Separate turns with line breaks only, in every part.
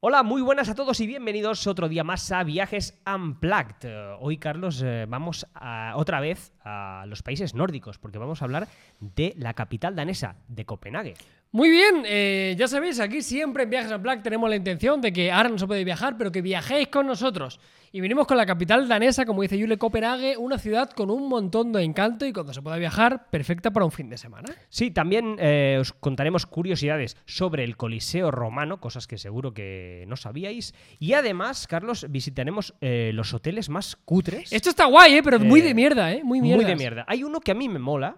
Hola, muy buenas a todos y bienvenidos otro día más a Viajes Unplugged. Hoy, Carlos, eh, vamos a- otra vez a los países nórdicos, porque vamos a hablar de la capital danesa, de Copenhague.
Muy bien, eh, ya sabéis, aquí siempre en Viajes a Black tenemos la intención de que ahora no se puede viajar, pero que viajéis con nosotros. Y venimos con la capital danesa, como dice Yule Copenhague, una ciudad con un montón de encanto y cuando se pueda viajar, perfecta para un fin de semana.
Sí, también eh, os contaremos curiosidades sobre el Coliseo romano, cosas que seguro que no sabíais. Y además, Carlos, visitaremos eh, los hoteles más cutres.
Esto está guay, ¿eh? pero es muy
Eh,
de mierda, ¿eh? Muy,
muy de
mierdas.
mierda. Hay uno que a mí me mola,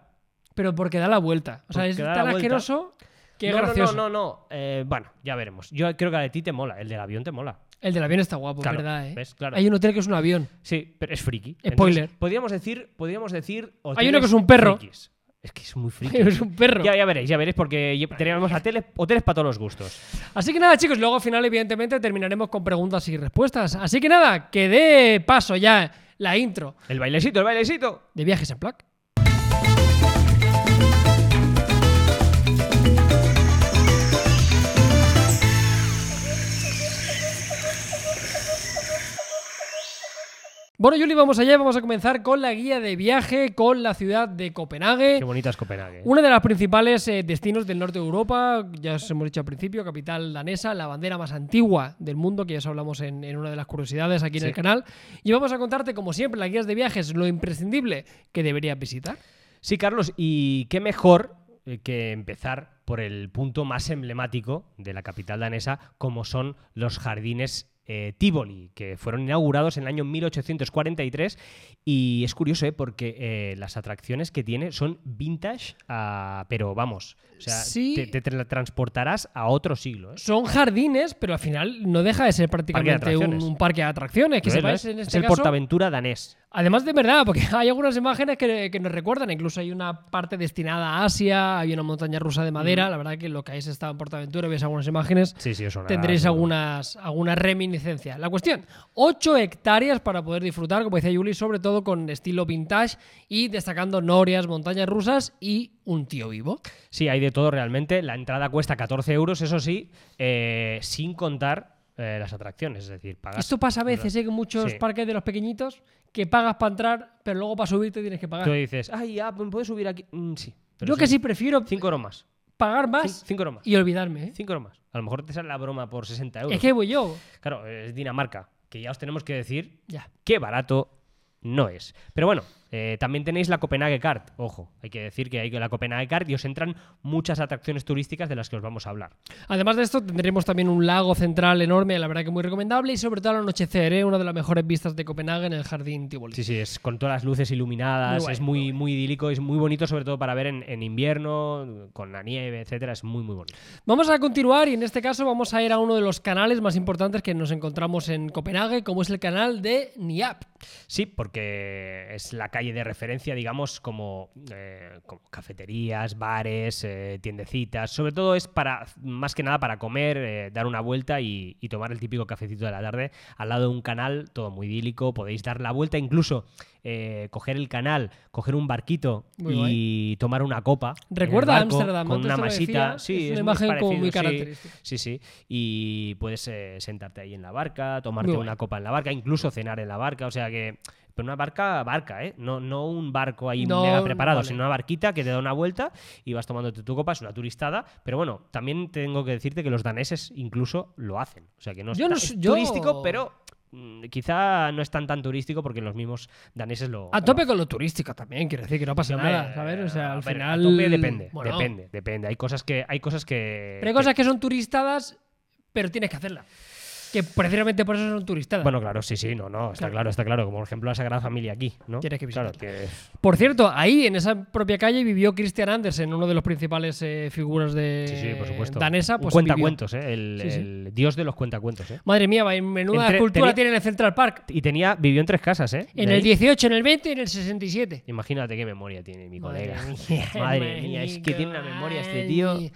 Pero porque da la vuelta. O sea,
Porque
es
da la
tan
vuelta.
asqueroso que es
no, no,
gracioso.
No, no, no. Eh, bueno, ya veremos. Yo creo que a ti te mola. El del avión te mola.
El del avión está guapo,
Claro,
¿verdad? ¿eh?
¿ves? Claro.
Hay un hotel que es un avión.
Sí, pero es friki.
Spoiler.
Entonces, podríamos decir. Podríamos decir hoteles
Hay uno que es un perro.
frikis. Es que es muy friki.
es un perro.
Ya, ya veréis, ya veréis, porque lle- tenemos hoteles, hoteles para todos los gustos.
Así que nada, chicos, luego al final, evidentemente, terminaremos con preguntas y respuestas. Así que nada, que dé paso ya la intro
El bailecito, el bailecito.
de Viajes en Plac. Bueno, Juli, vamos allá. Vamos a comenzar con la guía de viaje con la ciudad de Copenhague.
Qué bonita es Copenhague. ¿eh?
Una de las principales eh, destinos del norte de Europa, ya os hemos dicho al principio, capital danesa, la bandera más antigua del mundo, que ya os hablamos en, en una de las curiosidades aquí en
Sí.
el canal. Y vamos a contarte, como siempre, en las guías de viajes, lo imprescindible que deberías visitar.
Sí, Carlos, y qué mejor eh, que empezar por el punto más emblemático de la capital danesa, como son los jardines eh, Tivoli, que fueron inaugurados en el año 1843. Y es curioso, ¿eh? porque eh, las atracciones que tiene son vintage, ah, pero vamos, o sea,
Sí.
te, te tra- transportarás a otro siglo. ¿eh?
Son jardines, pero al final no deja de ser prácticamente un,
atracciones.
un parque de atracciones. Que
Lo es, lo
sepáis,
es.
en
Es
este
el
caso,
portaventura danés.
Además de verdad, porque hay algunas imágenes que, que nos recuerdan, incluso hay una parte destinada a Asia, hay una montaña rusa de
Mm.
madera, la verdad que lo que hay es esta en Portaventura, veis algunas imágenes,
Sí, sí, os sonará,
tendréis
seguro.
algunas, algunas reminiscencias. La cuestión, 8 hectáreas para poder disfrutar, como decía Yuli, sobre todo con estilo vintage y destacando norias, montañas rusas y un tío vivo.
Sí, hay de todo realmente. La entrada cuesta 14 euros, eso sí, eh, sin contar eh, las atracciones. Es decir, pagas.
Esto pasa a veces, ¿eh? que muchos
Sí.
parques de los pequeñitos que pagas para entrar, pero luego para subirte tienes que
Tú
pagar.
dices, ay, ya, ¿me puedes subir aquí? Mm, sí. pero
Yo que sí prefiero
5 euros más.
pagar más
5 euros más.
y olvidarme. ¿eh?
5 euros más. A lo mejor te sale la broma por 60 euros.
Es que voy yo.
Claro, es Dinamarca, que ya os tenemos que decir
Ya.
qué barato no es. Pero bueno, eh, también tenéis la Copenhague Card. Ojo, hay que decir que hay la Copenhague Card y os entran muchas atracciones turísticas de las que os vamos a hablar.
Además de esto, tendremos también un lago central enorme, la verdad que muy recomendable, y sobre todo al anochecer, ¿eh? una de las mejores vistas de Copenhague en el jardín Tivoli.
Sí, sí, es con todas las luces iluminadas,
Muy guay,
es muy, muy, idílico, es muy bonito, sobre todo para ver en, en invierno, con la nieve, etcétera, es muy, muy bonito.
Vamos a continuar y en este caso vamos a ir a uno de los canales más importantes que nos encontramos en Copenhague, como es el canal de Niap.
Sí, porque es la calle de referencia, digamos, como, eh, como cafeterías, bares, eh, tiendecitas. Sobre todo es para, más que nada, para comer, eh, dar una vuelta y, y tomar el típico cafecito de la tarde al lado de un canal, todo muy idílico. Podéis dar la vuelta, incluso eh, coger el canal, coger un barquito
Muy
y tomar una copa. en el
Recuerda a
barco,
Ámsterdam,
con
antes
una
te lo
masita.
decía,
sí,
es una
muy
imagen como
parecido,
muy
sí.
característica.
Sí, sí. Y puedes eh, sentarte ahí en la barca, tomarte
Muy guay.
una copa en la barca, incluso cenar en la barca. O sea que. Pero una barca, barca, ¿eh? No, no un barco ahí
No,
mega preparado,
vale.
sino una barquita que te da una vuelta y vas tomándote tu copa, es una turistada. Pero bueno, también tengo que decirte que los daneses incluso lo hacen. O sea que no es,
Yo no
tan-
sé-
es
yo-
turístico, pero mm, quizá no es tan tan turístico porque los mismos daneses lo.
A
lo
tope con lo turístico también, quiero decir que no pasa
Hombre,
nada, ¿sabes? O sea, al
a ver, a
final...
tope depende,
Bueno,
depende, depende. Hay cosas que, hay cosas que.
Pero hay
que-
cosas que son turistadas, pero tienes que hacerlas. Que precisamente por eso son turistadas.
Bueno, claro, sí, sí, no, no, está
Claro.
claro, está claro. Como por ejemplo la Sagrada Familia aquí, ¿no?
Tienes que
Claro,
visitarla.
que-
Por cierto, ahí en esa propia calle vivió Christian Andersen, uno de los principales eh, figuras de
Sí, sí, por supuesto.
danesa.
Un
Pues, vivió.
cuentacuentos, ¿eh? El,
Sí, sí.
el dios de los cuentacuentos, ¿eh?
Madre mía, vaya, menuda
Entre-
escultura
tenía-
tiene en el Central Park.
Y tenía, vivió en tres casas, ¿eh?
En
De
el
ahí.
18, en el 20 y en el 67.
Imagínate qué memoria tiene mi
Madre
colega.
mía,
Madre mía, es que tiene una memoria este tío.
madre mía.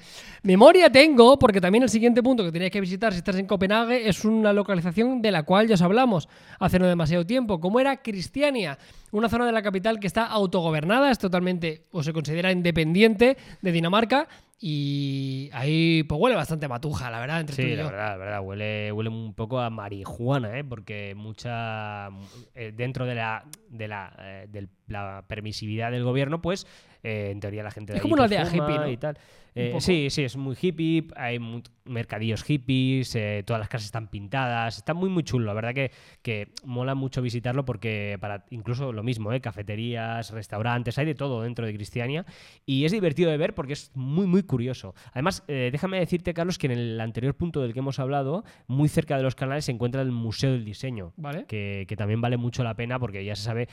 Memoria tengo, porque también el siguiente punto que tenéis que visitar si estás en Copenhague es una localización de la cual ya os hablamos hace no demasiado tiempo, como era Cristiania, una zona de la capital que está autogobernada, es totalmente o se considera independiente de Dinamarca Y ahí pues huele bastante matuja, la verdad, entre tú
Sí,
y
la
yo.
verdad, la verdad, huele, huele un poco a marihuana, ¿eh? porque mucha eh, dentro de la de la, eh, del- la permisividad del gobierno, pues eh, en teoría la gente de
Es
allí
como una
que
aldea
fuma
hippie, ¿no?
y tal.
Un
Eh,
poco.
sí, sí, es muy hippie, hay mu- mercadillos hippies, eh, todas las casas están pintadas, está muy muy chulo, la verdad que, que mola mucho visitarlo porque para incluso lo mismo, ¿eh? cafeterías, restaurantes, hay de todo dentro de Cristiania y es divertido de ver porque es muy, muy curioso. Además, eh, déjame decirte, Carlos, que en el anterior punto del que hemos hablado, muy cerca de los canales se encuentra el Museo del Diseño,
¿Vale?
que, que también vale mucho la pena porque ya se sabe.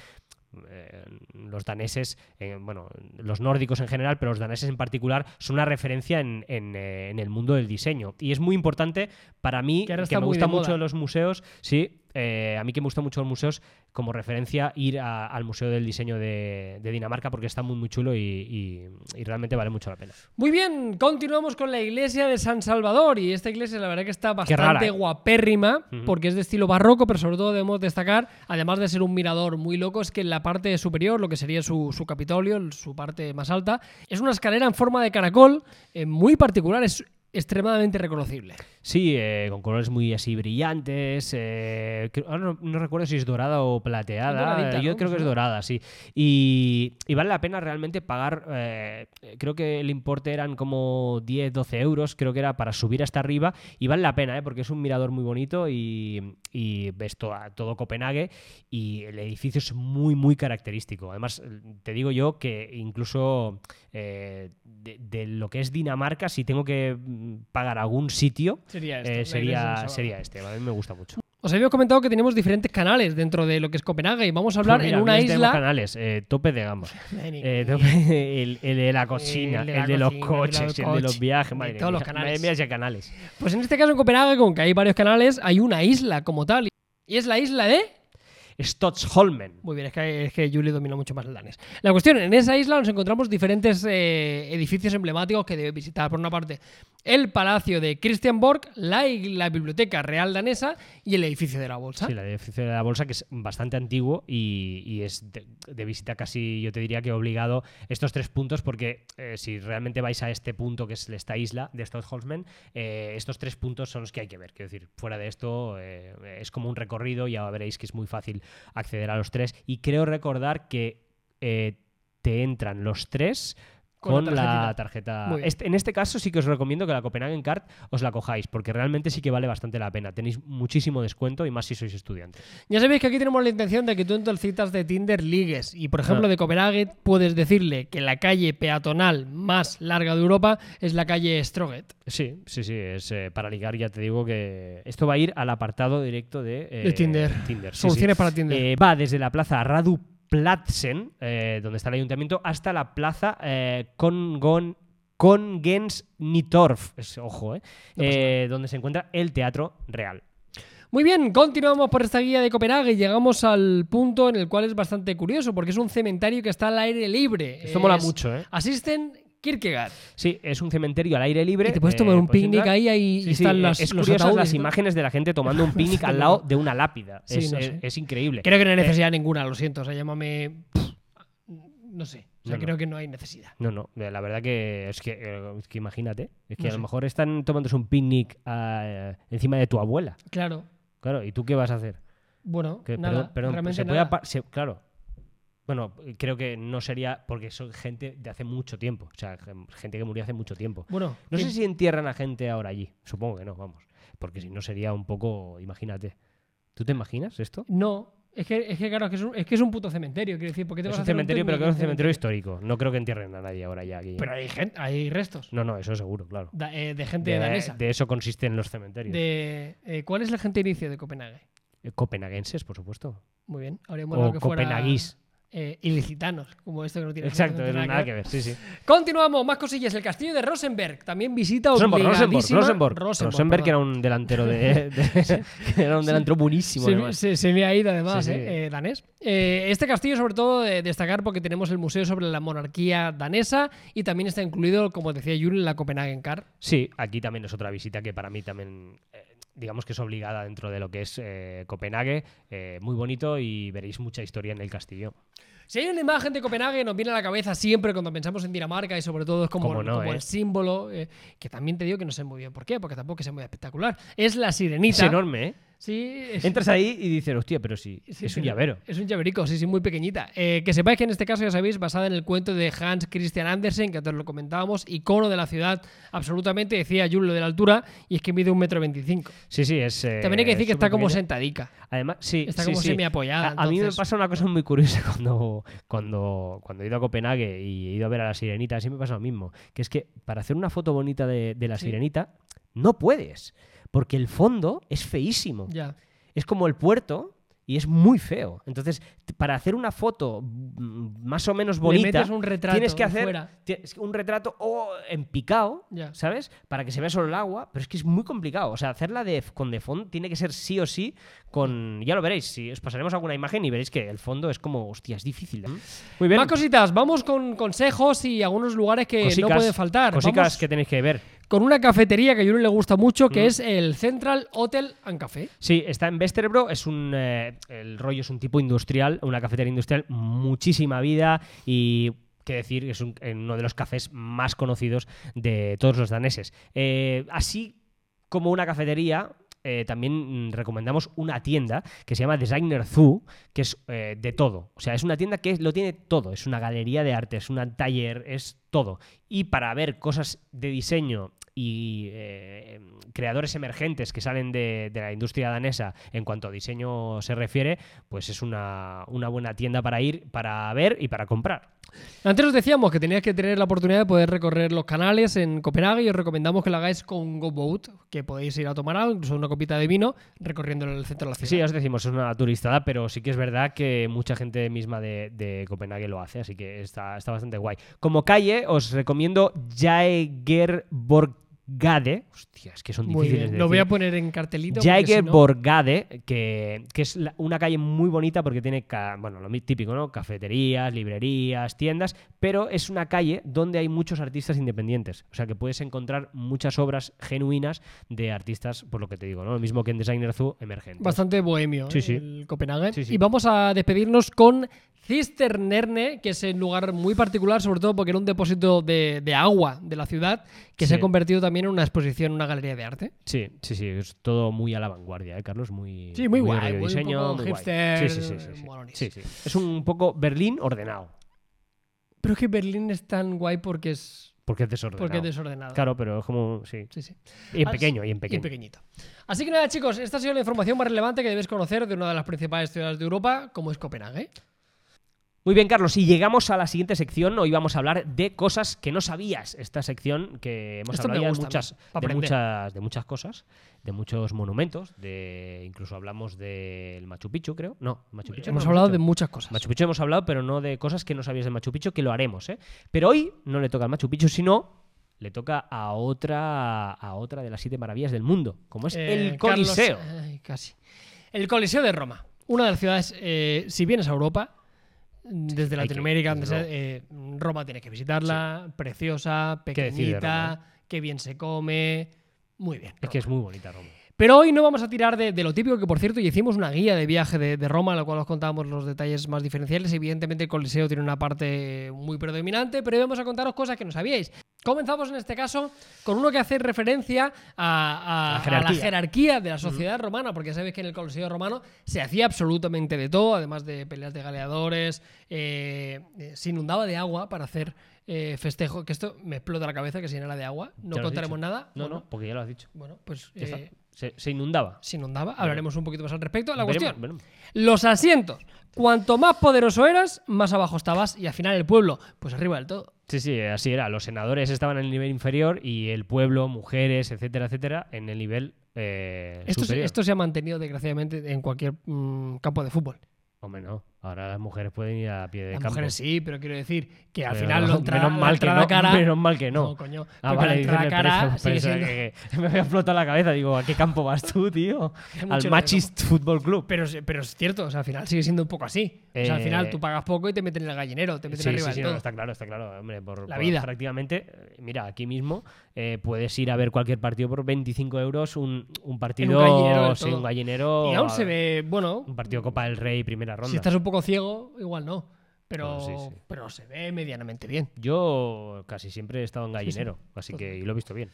eh, los daneses, eh, bueno, los nórdicos en general, pero los daneses en particular, son una referencia en, en, eh, en el mundo del diseño. Y es muy importante para mí,
Que
que,
ahora está
me
muy de
gusta
moda.
mucho los museos, sí, eh, a mí que me gustan mucho los museos, como referencia ir a- al Museo del Diseño de, de Dinamarca porque está muy, muy chulo y, y- y realmente vale mucho la pena.
Muy bien, continuamos con la iglesia de San Salvador. Y esta iglesia, la verdad, que está bastante
rara, ¿eh?
guapérrima,
Ujú.
porque es de estilo barroco, pero sobre todo debemos destacar, además de ser un mirador muy loco, es que en la parte superior, lo que sería su, su capitolio, el- su parte más alta, es una escalera en forma de caracol, eh, muy particular, es extremadamente reconocible.
Sí, eh, con colores muy así brillantes. eh, creo- ahora no, no recuerdo si es dorada o plateada.
Doradita,
Yo
¿no?
creo que es
Sí.
dorada, sí. Y, y vale la pena realmente pagar. eh, creo que el importe eran como 10, 12 euros. Creo que era para subir hasta arriba. Y vale la pena, ¿eh? porque es un mirador muy bonito y, y ves toda- todo Copenhague. Y el edificio es muy, muy característico. Además, te digo yo que incluso eh, de, de lo que es Dinamarca, si tengo que mm, pagar algún sitio.
Sería
Eh, sería, sería este, a mí me gusta mucho.
Os habíamos comentado que tenemos diferentes canales dentro de lo que es Copenhague y vamos a hablar
Pues Mira,
en una
mira, tenemos
isla.
canales, eh, tope de gama.
Ni-
Eh,
ni-
tope- el, el de la cocina, el de,
la
los
cocina,
coches,
el de
el
los
de
coches,
los viajes,
de
madre
todos los
mía,
canales.
madre mía, si hay canales.
Pues en este caso en Copenhague, con que hay varios canales, hay una isla como tal. Y es la isla de...
Stockholmen.
Muy bien, es que, es que Julio domina mucho más el danés. La cuestión, en esa isla nos encontramos diferentes eh, edificios emblemáticos que debe visitar. Por una parte, el palacio de Christianborg, la, ig- la biblioteca real danesa y el edificio de la bolsa.
Sí, el edificio de la bolsa, que es bastante antiguo y, y es de, de visita casi, yo te diría que obligado estos tres puntos, porque eh, si realmente vais a este punto, que es esta isla de Stockholmen, eh, estos tres puntos son los que hay que ver. Quiero decir, fuera de esto, eh, es como un recorrido, ya veréis que es muy fácil acceder a los tres. Y creo recordar que eh, te entran los tres.
Con
Con,
la
la
tarjetita.
tarjeta.
Muy bien.
Este- en este caso sí que os recomiendo que la Copenhagen Card os la cojáis, porque realmente sí que vale bastante la pena. Tenéis muchísimo descuento y más si sois estudiantes.
Ya sabéis que aquí tenemos la intención de que tú en tus citas de Tinder ligues. Y por ejemplo,
Ah.
de Copenhague puedes decirle que la calle peatonal más larga de Europa es la calle Stroget.
Sí, sí, sí, es eh, para ligar, ya te digo que esto va a ir al apartado directo de, eh,
De Tinder.
sí,
Soluciones
sí.
para Tinder.
Eh, va desde la plaza Radu Platsen, eh, donde está el ayuntamiento, hasta la plaza eh, Kongon. Kongens Nitorf, es- ojo, eh,
No pasa
eh, donde se encuentra el Teatro Real.
Muy bien, continuamos por esta guía de Copenhague y llegamos al punto en el cual es bastante curioso, porque es un cementerio que está al aire libre.
Esto mola
Es-
mucho, ¿eh?
Asisten Kierkegaard.
Sí, es un cementerio al aire libre.
Y te puedes
eh,
tomar un
puedes
picnic
entrar.
ahí, ahí
Sí,
y
sí,
están las,
es
los
curiosas
ataúdes
las
y todo.
imágenes de la gente tomando un picnic al lado de una lápida.
Sí,
es,
no
es-
sé.
es increíble.
Creo que no hay necesidad ninguna, lo siento. O sea, llámame. pff, no sé. O sea,
No, no.
creo que no hay necesidad.
No, no, eh, la verdad que es que, eh, es que imagínate, es que
No
a
sé.
lo mejor están tomándose un picnic ah, encima de tu abuela.
Claro.
Claro, ¿y tú qué vas a hacer?
Bueno,
Que,
nada,
perdón, perdón,
realmente
se puede
nada.
apa- se- claro. Bueno, creo que no sería porque son gente de hace mucho tiempo, o sea, gen- gente que murió hace mucho tiempo.
Bueno,
No
que-
sé si entierran a gente ahora allí, supongo que no, vamos, porque si no sería un poco, imagínate. ¿Tú te imaginas esto?
No, es que, es que claro, es que es un, es que es un puto cementerio. Quiero decir, ¿por qué te
Es
vas a
un
hacer
cementerio, pero
picnic
creo
en
que es un cementerio histórico. No creo que entierren a nadie ahora ya aquí. ¿eh?
Pero hay, gente, hay restos
No, no, eso seguro, claro.
da- eh, de gente danesa.
de eso consisten los cementerios.
De, eh, ¿Cuál es la gente inicio de Copenhague?
Eh, Copenhaguenses, por supuesto.
Muy bien, habría molado
o
que fuera
copenhaguís.
eh, ilicitanos, como esto que no tiene
Exacto,
no
es
tiene
nada que ver. Sí, sí.
Continuamos, más cosillas. El castillo de Rosenberg, también visita
Rosenborg, Rosenborg,
obligadísima-
Rosenborg.
Rosenborg,
Rosenberg, que era
perdón.
un delantero de. de- que era un delantero buenísimo.
Se,
además.
se, se me ha ido además,
Sí, sí.
eh, eh, danés. Eh, este castillo, sobre todo, de destacar porque tenemos el Museo sobre la Monarquía Danesa y también está incluido, como decía Jules, la Copenhagen Car.
Sí, aquí también es otra visita que para mí también, eh, digamos que es obligada dentro de lo que es eh, Copenhague. Eh, muy bonito y veréis mucha historia en el castillo.
Si hay una imagen de Copenhague, nos viene a la cabeza siempre cuando pensamos en Dinamarca y sobre todo es como,
Cómo no,
como
¿eh?
el símbolo, eh, que también te digo que no sé muy bien por qué, porque tampoco es muy espectacular. Es la sirenita.
Es enorme, ¿eh?
Sí, es,
Entras ahí y dices, hostia, pero sí,
Sí,
es un
sí,
llavero.
Es un llaverico, sí, sí, muy pequeñita. Eh, que sepáis que en este caso, ya sabéis, basada en el cuento de Hans Christian Andersen, que antes lo comentábamos, icono de la ciudad, absolutamente, decía Jul lo de la altura, y es que mide un metro veinticinco.
Sí, sí, es. eh,
También hay que decir que está como
superpequeña.
sentadica.
Además, sí.
Está
sí,
como
sí.
semiapoyada,
A, a mí me
entonces.
pasa una cosa muy curiosa cuando, cuando, cuando he ido a Copenhague y he ido a ver a la sirenita, siempre pasa lo mismo. Que es que para hacer una foto bonita de, de la
Sí.
sirenita, no puedes. Porque el fondo es feísimo.
Ya.
Es como el puerto y es muy feo. Entonces, t- para hacer una foto mm, más o menos bonita.
Le metes un retrato
Tienes que hacer
fuera.
ti- es que un retrato o en picado,
Ya.
¿sabes? Para que se vea solo el agua, pero es que es muy complicado. O sea, hacerla de, con de fondo tiene que ser sí o sí con... Ya lo veréis, si os pasaremos alguna imagen y veréis que el fondo es como, hostia, es difícil. ¿eh? Muy bien.
Más cositas, vamos con consejos y algunos lugares que no
Cosicas-
pueden faltar.
Cositas
Vamos
que tenéis que ver.
con una cafetería que a Jul le gusta mucho, que
Mm.
es el Central Hotel and Café.
Sí, está en Vesterbro, es un eh, el rollo es un tipo industrial, una cafetería industrial, muchísima vida y qué decir, es un- en uno de los cafés más conocidos de todos los daneses. Eh, así como una cafetería, eh, también mm, recomendamos una tienda que se llama Designer Zoo, que es eh, de todo. O sea, es una tienda que lo tiene todo. Es una galería de arte, es un taller, es todo. Y para ver cosas de diseño y eh, creadores emergentes que salen de, de la industria danesa en cuanto a diseño se refiere, pues es una, una buena tienda para ir, para ver y para comprar.
Antes os decíamos que teníais que tener la oportunidad de poder recorrer los canales en Copenhague y os recomendamos que lo hagáis con GoBoat, que podéis ir a tomar algo, incluso una copita de vino, recorriendo el centro de la ciudad.
Sí, ya os decimos, es una turistada, pero sí que es verdad que mucha gente misma de, de Copenhague lo hace, así que está, está bastante guay. Como calle, os recomiendo Jaegerborgade. Hostia, es que son
Muy
difíciles
bien,
de
lo voy
decir.
a poner en cartelito. porque si no-
Jaegerborgade, que, que es la- una calle muy bonita porque tiene, ca- bueno, lo mi- típico, ¿no? Cafeterías, librerías, tiendas, pero es una calle donde hay muchos artistas independientes. O sea que puedes encontrar muchas obras genuinas de artistas, por lo que te digo, ¿no? Lo mismo que en Designer Zoo, emergente.
Bastante bohemio
Sí,
¿eh?
sí.
el Copenhague.
Sí, sí.
Y vamos a despedirnos con Cisternerne, que es un lugar muy particular, sobre todo porque era un depósito de, de agua de la ciudad, que se
Sí.
ha convertido también en una exposición, una galería de arte.
Sí, sí, sí, es todo muy a la vanguardia, ¿eh, Carlos? Muy,
Sí, muy guay,
rollo
muy un
diseño,
poco
muy guay.
hipster,
Sí, sí, sí, sí, sí.
molonis.
Sí, sí. Es un poco Berlín ordenado,
Pero es que Berlín es tan guay porque es,
porque es desordenado.
porque es desordenado.
Claro, pero es como, sí.
Sí, sí.
Y en
Así-
pequeño, y en
y
pequeño.
pequeñito. Así que nada, chicos, esta ha sido la información más relevante que debéis conocer de una de las principales ciudades de Europa, como es Copenhague.
Muy bien, Carlos, y llegamos a la siguiente sección. Hoy vamos a hablar de cosas que no sabías. Esta sección que hemos
Esto me
hablado ya de
gusta,
muchas,
¿no? Pa'
de,
aprender.
muchas, de muchas cosas, de muchos monumentos, de incluso hablamos del Machu Picchu, creo. No, Machu Picchu. no,
Hemos
Machu
hablado
Picchu.
de muchas cosas.
Machu Picchu hemos hablado, pero no de cosas que no sabías de Machu Picchu, que lo haremos, ¿eh? Pero hoy no le toca al Machu Picchu, sino le toca a otra, a otra de las siete maravillas del mundo, como es
Eh,
el Coliseo.
Carlos- ay, casi. El Coliseo de Roma. Una de las ciudades, eh, si vienes a Europa, desde
hay que-
Latinoamérica,
desde
antes, eh, Roma tienes que visitarla, preciosa,
¿Qué decir de Roma,
pequeñita, qué bien se come. Muy bien.
Es que es muy bonita Roma.
Pero hoy no vamos a tirar de, de lo típico, que por cierto, ya hicimos una guía de viaje de, de Roma, en la cual os contábamos los detalles más diferenciales. Evidentemente, el Coliseo tiene una parte muy predominante, pero hoy vamos a contaros cosas que no sabíais. Comenzamos en este caso con uno que hace referencia a, a-
La
a la
jerarquía.
jerarquía de la sociedad romana, porque sabéis que en el Coliseo romano se hacía absolutamente de todo, además de peleas de galeadores, eh, eh, se inundaba de agua para hacer eh, festejo, que esto me explota la cabeza, que se llenara de agua,
Ya lo
no
has
contaremos
dicho.
nada.
No,
bueno,
no, porque ya lo has dicho.
Bueno, pues
Ya está.
eh,
Se, se inundaba.
se inundaba. Hablaremos un poquito más al respecto. La
Veremos,
cuestión,
veremos.
los asientos. Cuanto más poderoso eras, más abajo estabas y al final el pueblo, pues arriba del todo.
Sí, sí, así era. Los senadores estaban en el nivel inferior y el pueblo, mujeres, etcétera, etcétera, en el nivel eh,
Esto, se-
superior.
esto se ha mantenido, desgraciadamente, en cualquier mm, campo de fútbol.
Hombre, no. Ahora las mujeres pueden ir a pie de
Las
campo.
mujeres sí, pero quiero decir que al
Pero
final
no,
lo entra,
menos
la
mal que
entrada
no,
cara.
menos mal que no.
coño.
Ah,
porque la
vale, dice
entrada
me
cara
parece-
sigue
parece
siendo-
que- que me había explotado la cabeza. Digo, ¿a qué campo vas tú, tío?
mucho
Al
de
Machis Fútbol Club.
Pero, es- pero es cierto, o sea, al final sigue siendo un poco así. O sea, al
Eh,
final tú pagas poco y te meten en el gallinero, te meten
Sí,
arriba
sí,
del
sí, no,
todo.
está claro, está claro. Hombre, por,
La
por-
vida.
Prácticamente, eh, mira, aquí mismo eh, puedes ir a ver cualquier partido por 25 euros, un, un partido,
gallinero del
sí,
todo.
un gallinero,
y aún
a-
se ve, bueno,
un partido Copa del Rey, primera ronda.
si estás un poco ciego, igual no. pero,
Bueno, Pues sí, sí.
pero se ve medianamente bien.
Yo casi siempre he estado en gallinero, así que y lo he visto bien.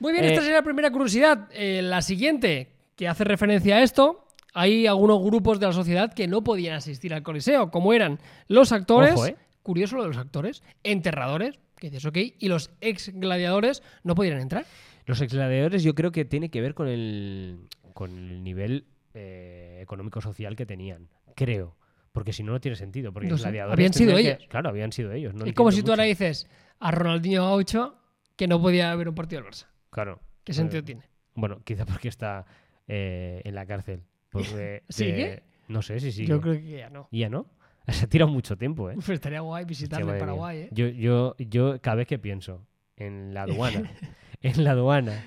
Muy bien,
Eh,
esta sería la primera curiosidad. Eh, la siguiente, que hace referencia a esto, hay algunos grupos de la sociedad que no podían asistir al Coliseo, como eran los actores,
Ojo, ¿eh?
curioso lo de los actores, enterradores, que dices ok, y los ex gladiadores no podían entrar.
Los exgladiadores yo creo que tiene que ver con el, con el nivel eh, económico-social que tenían, creo. Porque si no, no tiene sentido. Porque
No sé,
gladiadores
habían sido
tendrían que-
ellos.
claro, habían sido ellos. no
es
entiendo
como si tú ahora
mucho.
dices a Ronaldinho Gaucho que no podía haber un partido del Barça.
Claro.
¿Qué
Eh,
sentido tiene?
Bueno, quizá porque está eh, en la cárcel. Porque,
¿Sigue?
eh, no sé si sigue.
Yo creo que ya no.
Ya no. Se ha tirado mucho tiempo, ¿eh?
Uf, estaría guay
Hostia,
visitarle
madre mía.
Paraguay, ¿eh?
Yo, yo, yo cada vez que pienso en la aduana, en la aduana,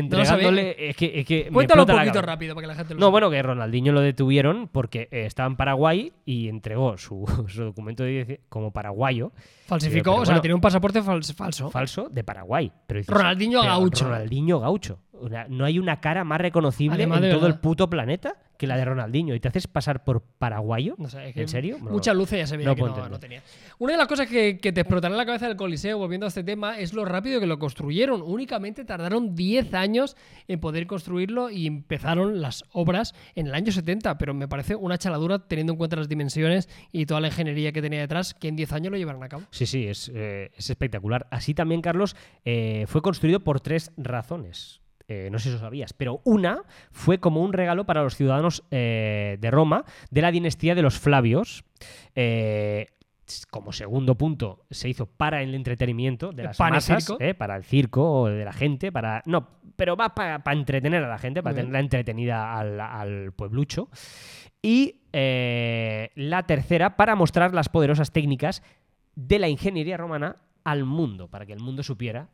entregándole... es que, es que me
Cuéntalo un
explota la
poquito
cabeza.
rápido para que la gente lo
No,
sepa.
bueno, que Ronaldinho lo detuvieron porque eh, estaba en Paraguay y entregó su, su documento de identi- como paraguayo,
Falsificó,
Pero, pero
o sea,
bueno.
tiene un pasaporte fals- falso.
falso, de Paraguay. Pero dices,
Ronaldinho
pero
Gaucho.
Ronaldinho Gaucho. Una- no hay una cara más reconocible
Además,
en
de
todo el
verdad.
puto planeta que la de Ronaldinho. ¿Y te haces pasar por paraguayo?
No sé, es que
¿En serio? Bueno,
Muchas luces ya se veía
no
que
puedo
no, no
entender.
tenía. Una de las cosas que, que te explotará en la cabeza del Coliseo, volviendo a este tema, es lo rápido que lo construyeron. Únicamente tardaron 10 años en poder construirlo y empezaron las obras en el año 70, pero me parece una chaladura teniendo en cuenta las dimensiones y toda la ingeniería que tenía detrás, que en 10 años lo llevaron a cabo.
Sí, sí, es, eh, es espectacular. Así también, Carlos, eh, fue construido por tres razones. Eh, no sé si lo sabías, pero una fue como un regalo para los ciudadanos eh, de Roma de la dinastía de los Flavios. Eh, s- como segundo punto, se hizo para el entretenimiento de las
Para el
masas,
circo.
eh, para el circo de la gente, para no, pero más para, entretener a la gente, para
Muy bien.
tenerla entretenida al, al pueblucho. Y eh, la tercera, para mostrar las poderosas técnicas de la ingeniería romana al mundo, para que el mundo supiera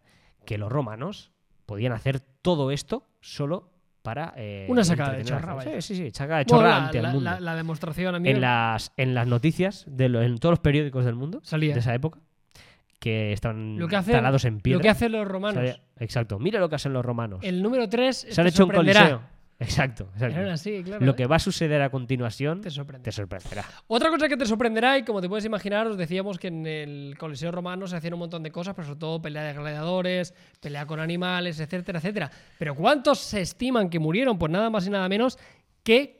que los romanos podían hacer todo esto solo para... eh,
Una sacada de
entretener a la
chorra,
gente.
vaya.
Sí, sí, sí, sacada de
Bueno,
chorra
la,
ante
la-
el mundo.
la- la demostración, a mí
en,
me-
las, en las noticias, de lo- en todos los periódicos del mundo,
Salía.
de esa época, que están
Lo que hacen-
talados en piedra.
lo que hacen los romanos.
Salía- exacto, mira lo que hacen los romanos.
El número 3
Se han hecho un coliseo. Exacto, exacto.
Eran así, claro.
Lo
¿eh?
que va a suceder a continuación
Te sorprende.
te sorprenderá.
Otra cosa que te sorprenderá, y como te puedes imaginar, os decíamos que en el Coliseo Romano se hacían un montón de cosas, pero sobre todo pelea de gladiadores, pelea con animales, etcétera, etcétera. Pero ¿cuántos se estiman que murieron? Pues nada más y nada menos que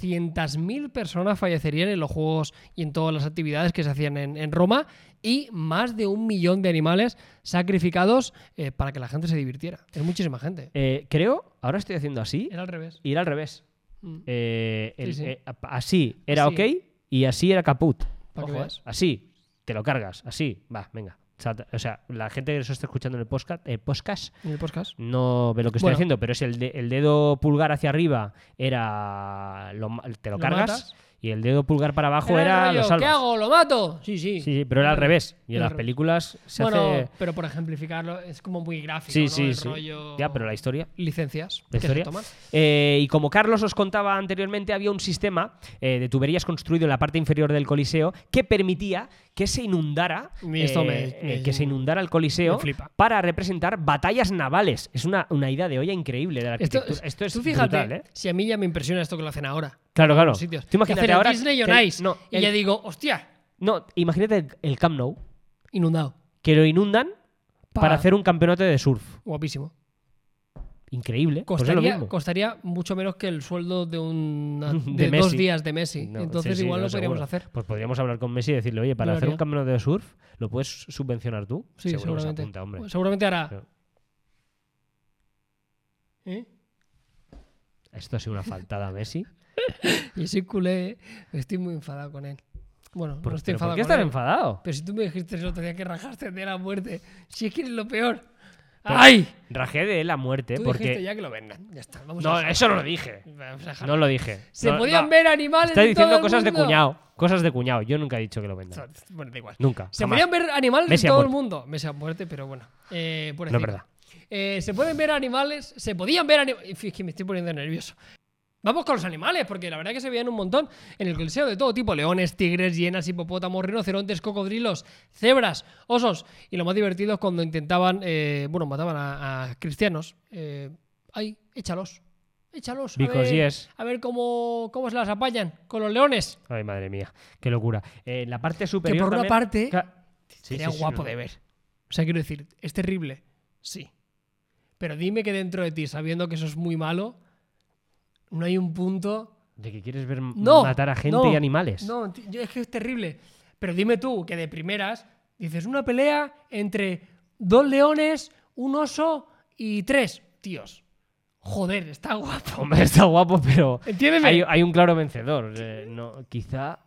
400.000 personas fallecerían en los juegos y en todas las actividades que se hacían en, en Roma y más de un millón de animales sacrificados eh, para que la gente se divirtiera. Es muchísima gente.
Eh, creo, ahora estoy haciendo así,
Era al revés.
ir al revés.
Mm.
Eh,
Sí,
el-
sí.
eh, ap- así era
Así.
ok y así era caput.
Pa' que
Ojo,
veas.
eh. Así, te lo cargas, así, va, venga. Chata. O sea, la gente que nos está escuchando en el podcast, el podcast
En el podcast.
no ve lo que estoy
Bueno.
haciendo, pero es el, de- el dedo pulgar hacia arriba era lo ma- te lo,
Lo
cargas
matas.
y el dedo pulgar para abajo
Era el
era,
rollo,
lo salvas.
¿Qué hago? ¿Lo mato? Sí, sí.
Sí, sí, pero era al
Era-
revés. Y en
era al
las
revés.
películas se
bueno,
hace.
pero por ejemplificarlo, es como muy gráfico.
Sí,
¿no?
sí,
El
sí.
rollo-
Ya, pero la historia.
Licencias.
¿La
que se
historia?
toman.
Eh, y como Carlos os contaba anteriormente, había un sistema eh, de tuberías construido en la parte inferior del Coliseo que permitía que se inundara,
Me- esto
eh,
me-
eh,
me-
que se inundara el Coliseo
me flipa.
para representar batallas navales. Es una, una idea de olla increíble de la
Esto,
arquitectura. Esto, es
tú fíjate,
brutal, ¿eh?
si a mí ya me impresiona esto que lo hacen ahora.
Claro,
en
claro.
los sitios.
Tú
Que hacen
imagínate
el
ahora
Disney
que
on
el-
Ice.
no,
y
el-
ya digo, hostia,
no, imagínate el, el Camp Nou
inundado.
que lo inundan
Pa.
para hacer un campeonato de surf.
Guapísimo.
Increíble. Pues es lo
Costaría,
mismo.
costaría mucho menos que el sueldo de, un
De
de dos
Messi.
días de Messi.
No,
Entonces
sí, sí,
igual
no,
lo podríamos
seguro.
hacer.
Pues podríamos hablar con Messi y decirle, oye, para
Yo lo
hacer un
haría.
campeonato de surf, ¿lo puedes subvencionar tú?
Sí,
Seguro que se
seguramente. Pues
apunta, hombre.
Seguramente hará.
Pero-
¿Eh?
Esto ha sido una faltada, Messi.
Y soy culé, estoy muy enfadado con él. Bueno,
¿Por,
no Pues estoy
pero ¿por
enfadado
qué
con
estás
él.
enfadado?
Pero si tú me dijiste el otro día que rajaste de la muerte, si es que eres lo peor. ¡Ay!
Rajé de la muerte
Tú dijiste
porque...
ya que lo vendan. Ya está, vamos a
No,
dejar-
eso no lo dije.
vamos a dejar.
No lo dije.
Se
No,
podían
no.
ver animales.
Estás
en todo
diciendo
el
cosas de
mundo.
cuñado. Cosas de cuñado. Yo nunca he dicho que lo vendan.
Bueno, da igual.
Nunca.
Se
jamás.
podían ver animales
Messi
en
ha
todo el mundo. Messi a muerte, pero bueno. Eh,
No
pobrecito.
es verdad.
Eh, se pueden ver animales. Se podían ver animales. Es que me estoy poniendo nervioso. Vamos con los animales, porque la verdad es que se veían un montón en el coliseo de todo tipo: leones, tigres, hienas, hipopótamos, rinocerontes, cocodrilos, cebras, osos. Y lo más divertido es cuando intentaban, eh, bueno, mataban a, a cristianos. Eh, ay, échalos. Échalos. A
Because
ver,
yes.
a ver cómo, cómo se las apañan con los leones.
Ay, madre mía, qué locura. Eh, la parte superior.
por una
también-
parte,
Ca- Sí,
Sería
sí, sí,
guapo
no.
de ver. O sea, quiero decir, es terrible. Sí. Pero dime que dentro de ti, sabiendo que eso es muy malo, no hay un punto.
De que quieres ver m-
No.
matar a gente
no,
y animales.
No, ti- yo- es que es terrible. Pero dime tú que de primeras dices una pelea entre dos leones, un oso y tres tíos. Joder, está guapo.
Hombre, está guapo, pero.
¿Entiendes?
Hay, hay un claro vencedor. eh, no, quizá.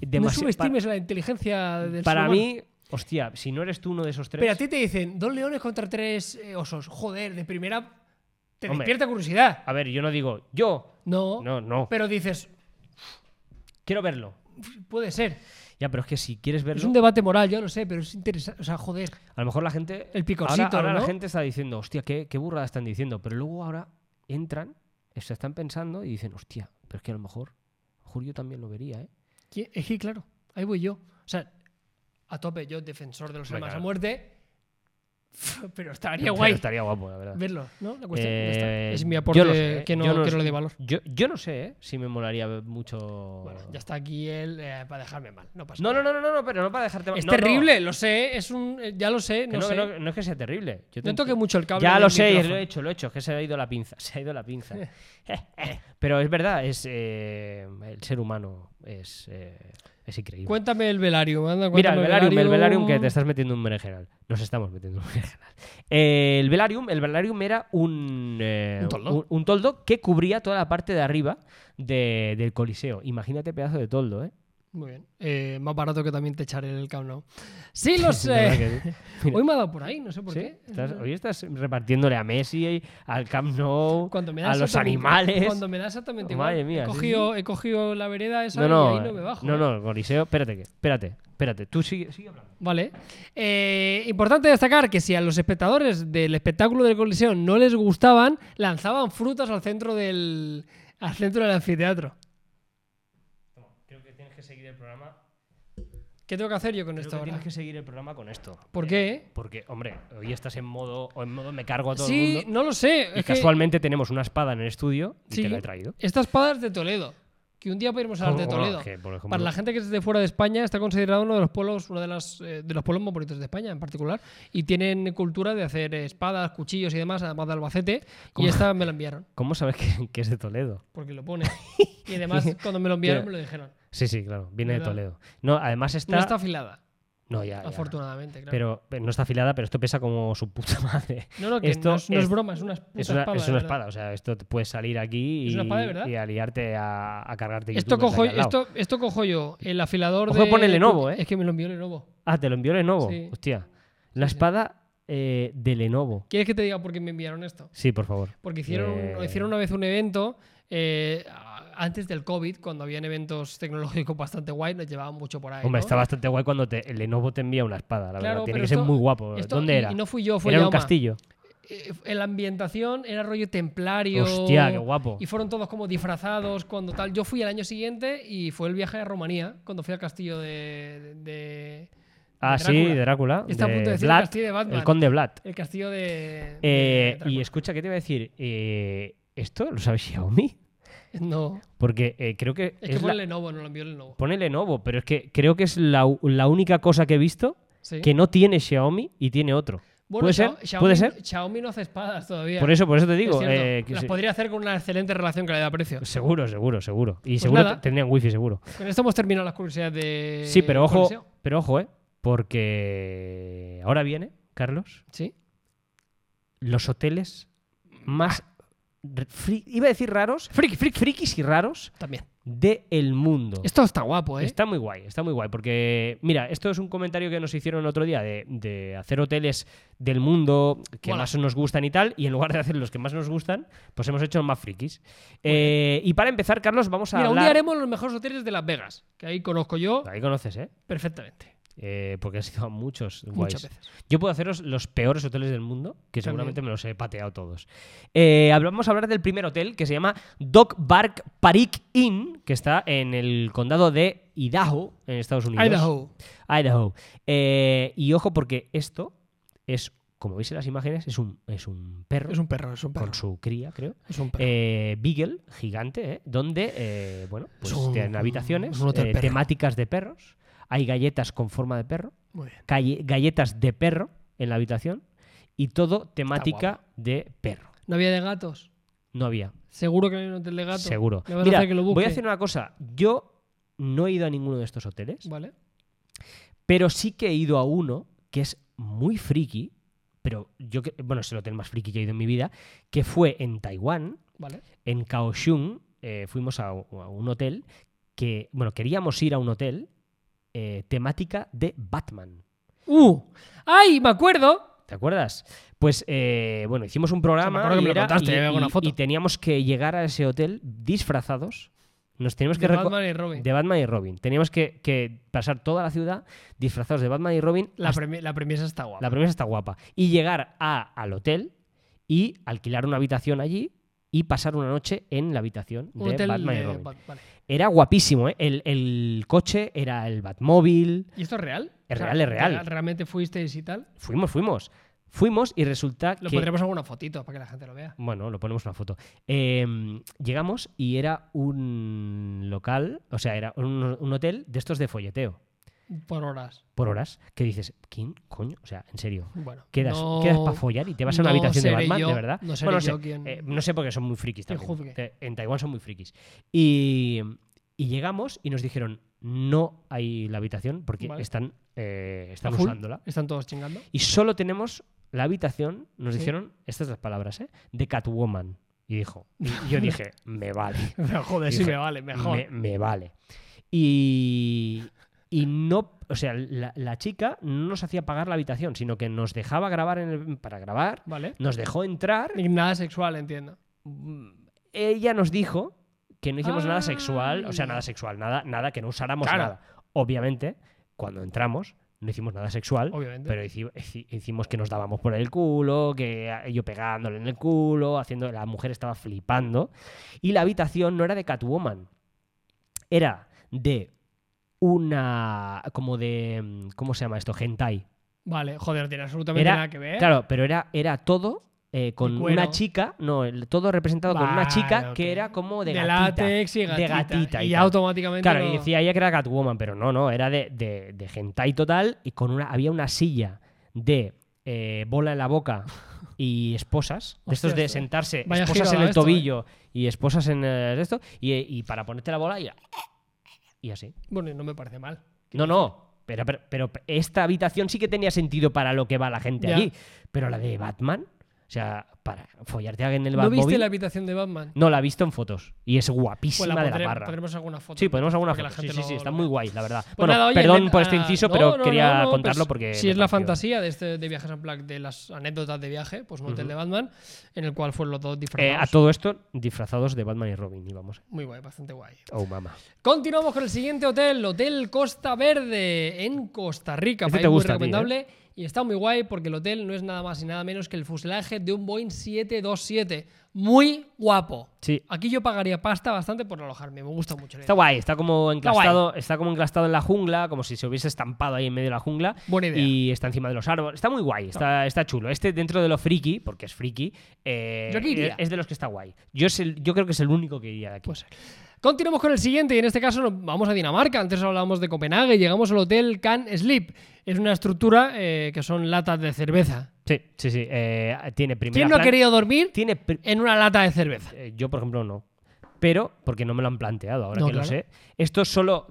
no
demasi-
subestimes la inteligencia
pa-
del ser
Para
humano.
mí, hostia, si no eres tú uno de esos tres.
Pero a ti te dicen dos leones contra tres eh, osos. Joder, de primera te
Hombre.
despierta curiosidad.
A ver, yo no digo yo.
No,
No, no.
Pero dices,
Quiero verlo.
puede ser.
Ya, pero es que si quieres verlo.
Es un debate moral, yo lo sé, pero es interesante. O sea, joder.
A lo mejor la gente.
El picorcito,
Ahora, ahora
¿no?
la gente está diciendo, hostia, qué, qué burrada están diciendo. Pero luego ahora entran, se están pensando y dicen, hostia, pero es que a lo mejor. a lo mejor yo también lo vería, ¿eh?
¿Qui- Es que, claro, ahí voy yo. O sea, a tope, yo defensor de los
Hombre,
hermanos
claro.
a muerte. Pero estaría
Pero
guay
Estaría guapo, la verdad.
verlo, ¿no? La cuestión ya
Eh,
está. Es mi
yo
aporte
no sé, ¿eh?
que, no,
Yo no
que no
sé.
le dé valor.
Yo, yo no sé, ¿eh? Si me molaría ver mucho.
Bueno, ya está aquí él eh, para dejarme mal. No pasa
no,
nada.
no, no, no, no, no, pero no para dejarte
Es
no, no.
terrible, lo sé, es un. eh, Ya lo sé,
Que
no,
No, que
sé.
no,
No,
no es que sea terrible. Yo te enti-
toque mucho el cable.
Ya
del
lo sé,
micrófono.
lo he hecho, lo he hecho, que se ha ido la pinza, se ha ido la pinza. Pero es verdad, es eh, el ser humano es, eh, es increíble.
Cuéntame el velario, anda,
Mira,
cuéntame
el velarium, el velarium que te estás metiendo un berenjenal. Nos estamos metiendo un berenjenal. Eh, el velarium, el velarium era un, eh,
Un toldo.
un- un toldo que cubría toda la parte de arriba de- del coliseo. Imagínate pedazo de toldo, ¿eh?
Muy bien. Eh, más barato que también te echaré el Camp Nou. Sí, lo
La verdad
sé.
que sí. Mira,
Hoy me ha dado por ahí, no sé por
sí,
qué.
estás- hoy estás repartiéndole a Messi, al Camp Nou,
Cuando me da
a los
exactamente-
animales.
Cuando me da exactamente igual.
Madre mía,
He
sí,
cogido, he cogido la vereda esa
No, no,
y ahí no me bajo.
no,
¿eh?
no, el coliseo. Espérate, que, espérate, espérate. Tú sigue, sigue hablando.
Vale. Eh, importante destacar que si a los espectadores del espectáculo del Coliseo no les gustaban, lanzaban frutas al centro del, al centro del anfiteatro.
Creo que tienes que seguir el programa.
¿Qué tengo que hacer yo con esto ahora?
tienes que seguir el programa con esto.
¿Por
Eh,
qué?
Porque, hombre, hoy estás en modo, o en modo me cargo a todo
Sí,
el mundo.
no lo sé.
y
es que
casualmente tenemos una espada en el estudio y
Sí.
te la he traído.
Esta espada es de Toledo. Que un día podríamos hablar de
Como-
Toledo.
que, por ejemplo,
Para la gente que es de fuera de España, está considerado uno de los pueblos, uno de, las, eh, de los pueblos más bonitos de España en particular. Y tienen cultura de hacer espadas, cuchillos y demás, además de Albacete.
¿Cómo?
Y esta me la enviaron,
¿Cómo sabes que, que es de Toledo?
porque lo pone. Y además, cuando me lo enviaron, me lo dijeron.
Sí, sí, claro, viene de
¿Verdad?
Toledo. No, además está.
No está afilada,
No, ya. ya.
afortunadamente, claro.
Pero pero no está afilada, pero esto pesa como su puta madre.
no, no, que
esto
no, es, no es
es-
broma, es una, puta
Es una,
espada.
es
de
una
verdad.
espada, o sea, esto te puedes salir aquí y,
Es una espada de verdad.
y aliarte a, a cargarte.
Esto
youtubers
cojo,
aquí al lado.
esto, esto cojo yo, el afilador
Ojo que
de.
pone Lenovo, ¿eh?
Es que me lo envió Lenovo.
Ah, te lo envió Lenovo.
Sí.
Hostia. La espada eh, de Lenovo.
¿Quieres que te diga por qué me enviaron esto?
Sí, por favor.
Porque hicieron,
Eh.
hicieron una vez un evento eh, a- antes del COVID, cuando habían eventos tecnológicos bastante guay, nos llevaban mucho por ahí.
Hombre,
¿no?
está bastante guay cuando te, el Lenovo te envía una espada, la
Claro,
verdad. Tiene
pero
que ser
esto-
muy guapo.
Esto-
¿Dónde
y-
era?
Y no fui yo, fue
era en un
Jaume.
castillo.
Eh, en la ambientación era rollo templario.
Hostia, qué guapo.
Y fueron todos como disfrazados cuando tal. Yo fui al año siguiente y fue el viaje a Rumanía, cuando fui al castillo de. de- de-
Ah,
de
sí,
Drácula.
de Drácula.
Está a punto de decir
Vlad,
el castillo de Batman.
el conde Vlad.
El castillo de. de
Eh, y
Drácula.
escucha, ¿qué te iba a decir? Eh, ¿Esto lo sabe Xiaomi?
No,
Porque eh, creo que.
es que
es
fue
la-
el Lenovo, no lo envió el Lenovo.
Pone Lenovo, pero es que creo que es la, u- la única cosa que he visto
Sí.
que no tiene Xiaomi y tiene otro.
Bueno,
¿Puede
Xia-
ser?
Xiaomi-
¿Puede ser?
Xiaomi no hace espadas todavía.
Por eso, por eso te
Es
digo.
cierto,
eh, que
las
se-
podría hacer con una excelente relación calidad-precio.
Seguro, seguro, seguro. Y seguro
Pues nada. Eh,
te- tendrían wifi, seguro.
Con esto hemos terminado las curiosidades de.
sí, pero ojo,
Coliseo.
pero ojo, ¿eh? Porque ahora viene, Carlos,
Sí.
los hoteles más... r- fri- iba a decir raros,
Friki, friki,
frikis y raros
también.
del mundo.
Esto está guapo, ¿eh?
Está muy guay, está muy guay, porque mira, esto es un comentario que nos hicieron el otro día de, de hacer hoteles del mundo que
Mola.
más nos gustan y tal, y en lugar de hacer los que más nos gustan, pues hemos hecho los más frikis. Eh, y para empezar, Carlos, vamos a
Mira, un
hablar...
día haremos los mejores hoteles de Las Vegas, que ahí conozco yo
Ahí conoces, ¿eh?
perfectamente.
Eh, porque has ido a muchos guays.
Muchas veces.
Yo puedo haceros los peores hoteles del mundo, que
También.
seguramente me los he pateado todos. Eh, hab- vamos a hablar del primer hotel que se llama Doc Bark Parik Inn, que está en el condado de Idaho, en Estados Unidos.
Idaho.
Idaho. Eh, y ojo porque esto es como veis en las imágenes, es un, es un perro
Es un perro, es un perro.
con su cría, creo.
Es un perro.
Eh, Beagle, gigante, ¿eh? donde eh, bueno, pues
Es un-
tienen habitaciones,
es un hotel
eh,
perro.
temáticas de perros, hay galletas con forma de perro,
Muy bien.
calle- galletas de perro en la habitación y todo temática de perro.
No había de gatos.
No había,
Seguro que no hay un hotel de gatos.
seguro.
Le van a
Mira,
hacer que lo busque.
voy a hacer una cosa. Yo no he ido a ninguno de estos hoteles,
Vale.
pero sí que he ido a uno que es muy friki, pero yo que, bueno, es el hotel más friki que he ido en mi vida, que fue en Taiwán,
Vale.
en Kaohsiung eh, fuimos a, u- a un hotel que, bueno, queríamos ir a un hotel eh, temática de Batman.
¡Uh! ¡Ay! Me acuerdo.
¿Te acuerdas? Pues, eh, bueno, hicimos un
Me
programa
acuerdo que
y,
me lo
era-
contaste,
y-
ya veo
y-
una foto.
y teníamos que llegar a ese hotel disfrazados. Nos teníamos que
De
reco-
Batman y Robin.
de Batman y Robin. Teníamos que, que pasar toda la ciudad disfrazados de Batman y Robin.
La,
hasta-
premi- la premisa está guapa.
la premisa está guapa. Y llegar a- al hotel y alquilar una habitación allí y pasar una noche en la habitación
Un
de
hotel
Batman y
de
Robin.
Bat- vale.
Era guapísimo, ¿eh? El, el coche era el Batmóvil.
¿Y esto es real?
Es real, es real.
¿real- ¿Realmente fuisteis y tal?
Fuimos, fuimos. Fuimos y resulta
Lo
que.
pondremos en alguna fotito para que la gente lo vea.
Bueno, lo ponemos una foto. Eh, llegamos y era un local, o sea, era un, un hotel de estos de folleteo,
Por horas.
por horas, que dices, ¿quién coño? O sea, en serio.
Bueno.
Quedas,
no-
quedas para follar y te vas a una
no
habitación de
seré
Batman,
yo-
de verdad.
no seré
Bueno,
yo
sé,
quien-
eh, no sé porque son muy frikis
quien
también.
juzgue.
Te- En Taiwán son muy frikis. Y, y llegamos y nos dijeron, no hay la habitación porque
Vale.
están, eh,
¿A
están
full?
usándola.
Están todos chingando.
Y solo tenemos la habitación, nos
Sí.
dijeron, estas las palabras, ¿eh? De Catwoman. Y dijo, y yo dije, me vale.
Pero joder,
Dije,
sí me vale, mejor.
Me, me vale. Y, y no, o sea, la, la chica no nos hacía pagar la habitación, sino que nos dejaba grabar en el- para grabar,
Vale.
nos dejó entrar.
Ni Nada sexual, entiendo.
mm, Ella nos dijo que no hicimos nada sexual, o sea,
Ay.
nada sexual, nada, nada, que no usáramos
Claro.
nada. Obviamente, cuando entramos, no hicimos nada sexual.
Obviamente.
Pero hici- hici- hicimos que nos dábamos por el culo, que a- yo pegándole en el culo, haciendo. La mujer estaba flipando. Y la habitación no era de Catwoman. Era de una. como de. mm, ¿Cómo se llama esto? Hentai.
Vale, joder, no tiene absolutamente
Era-
nada que ver.
Claro, pero era, era todo. eh, con
¿Eh? cuero.
una chica, no, el- todo representado con una
Vale,
chica
ok.
que era como de,
de
gatita.
látex y
de
gatita.
gatita y
Y,
tal.
automáticamente.
Claro,
lo-
y decía ella que era Catwoman, pero no, no, era de, de, de hentai total y con una, había una silla de eh, bola en la boca y esposas, de estos de
Hostias, eh.
sentarse,
Vaya
esposas
giro
en
da
el
esto, eh.
tobillo y esposas en el esto, y, y para ponerte la bola y, y así.
Bueno, y no me parece mal.
No, no. Pero, pero, pero esta habitación sí que tenía sentido para lo que va la gente
Ya.
allí. Pero la de Batman, o sea, para follarte a alguien en el
¿No viste
Batmóvil,
la habitación de Batman?
No, la he visto en fotos. Y es
Pues
guapísima
la
de
pondré-
la barra.
pondremos alguna foto.
Sí, ponemos alguna
Porque
foto.
la
Sí,
gente
sí, sí,
lo-
está
lo
muy
vea.
guay, la verdad.
Pues
bueno,
nada, oye,
perdón
Nen-
por este
ah,
inciso,
no,
pero
no,
quería
no, no,
contarlo
pues,
porque.
Si
me
es la
pareció-
fantasía de, este, de Viajes en Black, de las anécdotas de viaje, pues un hotel de Batman, en el cual fueron los dos
Eh,
disfrazados.
a todo esto, disfrazados de Batman y Robin, íbamos.
Muy guay, bastante guay.
Oh, mamá.
Continuamos con el siguiente hotel, Hotel Costa Verde, en Costa Rica.
Este
país
te
muy
gusta a ti,
recomendable. Y está muy guay porque el hotel no es nada más y nada menos que el fuselaje de un Boeing 727. Muy guapo.
Sí.
Aquí yo pagaría pasta bastante por alojarme. Me gusta mucho. la
Está
idea.
guay, está como
guay.
enclastado, está, como enclastado en la jungla, como si se hubiese estampado ahí en medio de la jungla.
Buena idea.
Y está encima de los árboles. Está muy guay, está, está chulo. Este dentro de lo friki, porque es friki, eh,
Yo aquí iría.
es de los que está guay. Yo, es el- yo creo que es el único que iría de aquí.
Puede ser. Continuamos con el siguiente y en este caso nos vamos a Dinamarca. Antes hablábamos de Copenhague. Llegamos al hotel Can Sleep. Es una estructura eh, que son latas de cerveza.
Sí, sí, sí. eh, tiene primera
¿Quién no ha
plan-
querido dormir
Tiene pri-
en una lata de cerveza?
Eh, yo, por ejemplo, no. Pero, porque no me lo han planteado, ahora
No,
que lo
claro.
sé. Esto solo,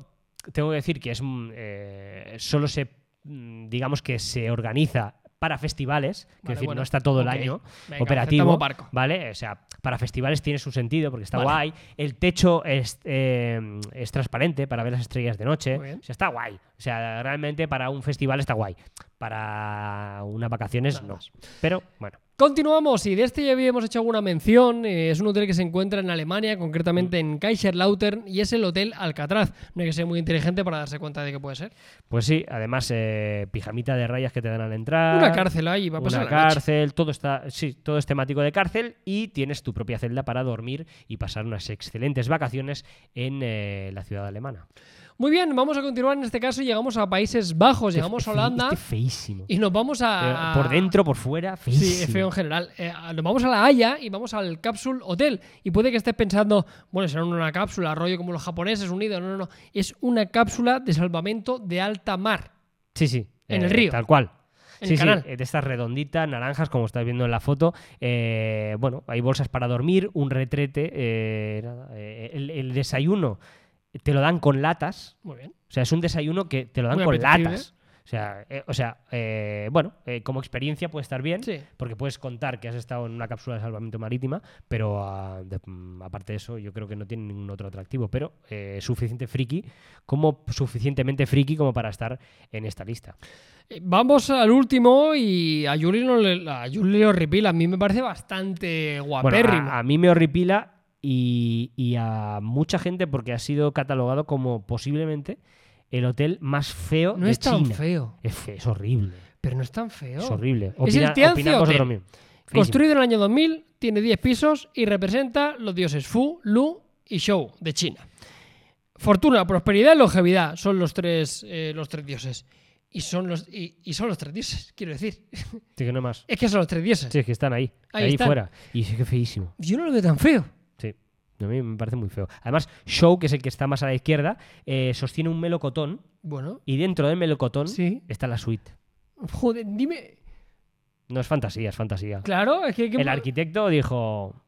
tengo que decir que es, mm, eh, solo se, mm, digamos que se organiza para festivales, que
Vale,
decir,
bueno,
no está todo el
ok.
año
Venga,
operativo,
aceptamos barco.
¿vale? O sea, para festivales tiene su sentido porque está
Vale.
guay. El techo es, eh, es transparente para ver las estrellas de noche.
Muy bien.
O sea, está guay. O sea, realmente para un festival está guay. Para unas vacaciones
Nada
no.
más.
Pero, bueno.
Continuamos, y de este ya habíamos hecho alguna mención. eh, es un hotel que se encuentra en Alemania, concretamente
Mm.
en Kaiserlautern, y es el Hotel Alcatraz. No hay que ser muy inteligente para darse cuenta de que puede ser.
Pues sí, además, eh, pijamita de rayas que te dan al entrar.
Una cárcel ahí, va a pasar
Ah, Una
la noche.
cárcel, todo está, sí, todo es temático de cárcel y tienes tu propia celda para dormir y pasar unas excelentes vacaciones en eh, la ciudad alemana.
Muy bien, vamos a continuar en este caso. Llegamos a Países Bajos,
Este
Pues llegamos
fe-
a Holanda
este feísimo.
y nos vamos a.
Pero eh, por dentro, por fuera, feísimo.
Sí, es feo en general. Eh, nos vamos a La Haya y vamos al Capsule Hotel. Y puede que estés pensando, bueno, será una cápsula, rollo como los japoneses unidos. No, no, no. Es una cápsula de salvamento de alta mar.
Sí, sí. Eh,
En el río.
Tal cual.
En
sí,
el canal.
sí, eh, de estas redonditas, naranjas, como estáis viendo en la foto. Eh, bueno, hay bolsas para dormir, un retrete, eh, nada, eh, el, el desayuno te lo dan con latas.
Muy bien.
O sea, es un desayuno que te lo dan
Muy
con
apetecible.
latas. O sea, eh, o sea eh, bueno, eh, como experiencia puede estar bien,
Sí.
porque puedes contar que has estado en una cápsula de salvamento marítima, pero ah, de- mm, aparte de eso, yo creo que no tiene ningún otro atractivo, pero eh, suficiente friki, como suficientemente friki como para estar en esta lista.
Eh, Vamos al último y a Juli no le, a Juli le horripila. A mí me parece bastante
Bueno,
guapérrimo.
a, a mí me horripila y, y a mucha gente porque ha sido catalogado como posiblemente el hotel más feo
no
de
es tan
China.
feo,
Es, fe- es horrible,
pero no es tan feo.
es horrible.
Oh. Es el
Opina-
Tianzi
opinad vosotros
Hotel.
mismos. Feísimo.
Construido en el año 2000, tiene 10 pisos y representa los dioses Fu, Lu y Shou de China. Fortuna, prosperidad y longevidad son los tres, eh, los tres dioses. Y son los, y, y son los tres dioses, quiero decir.
Sí, que no más.
Es que son los tres dioses.
Sí, es que están ahí,
Ahí
ahí,
están.
fuera. Y sí que feísimo.
Yo no lo veo tan feo.
Sí. A mí me parece muy feo. Además, Show, que es el que está más a la izquierda, eh, sostiene un melocotón
Bueno,
y dentro del melocotón
sí.
está la suite.
Joder, dime.
No es fantasía, es fantasía.
Claro, es que. que-
El arquitecto dijo: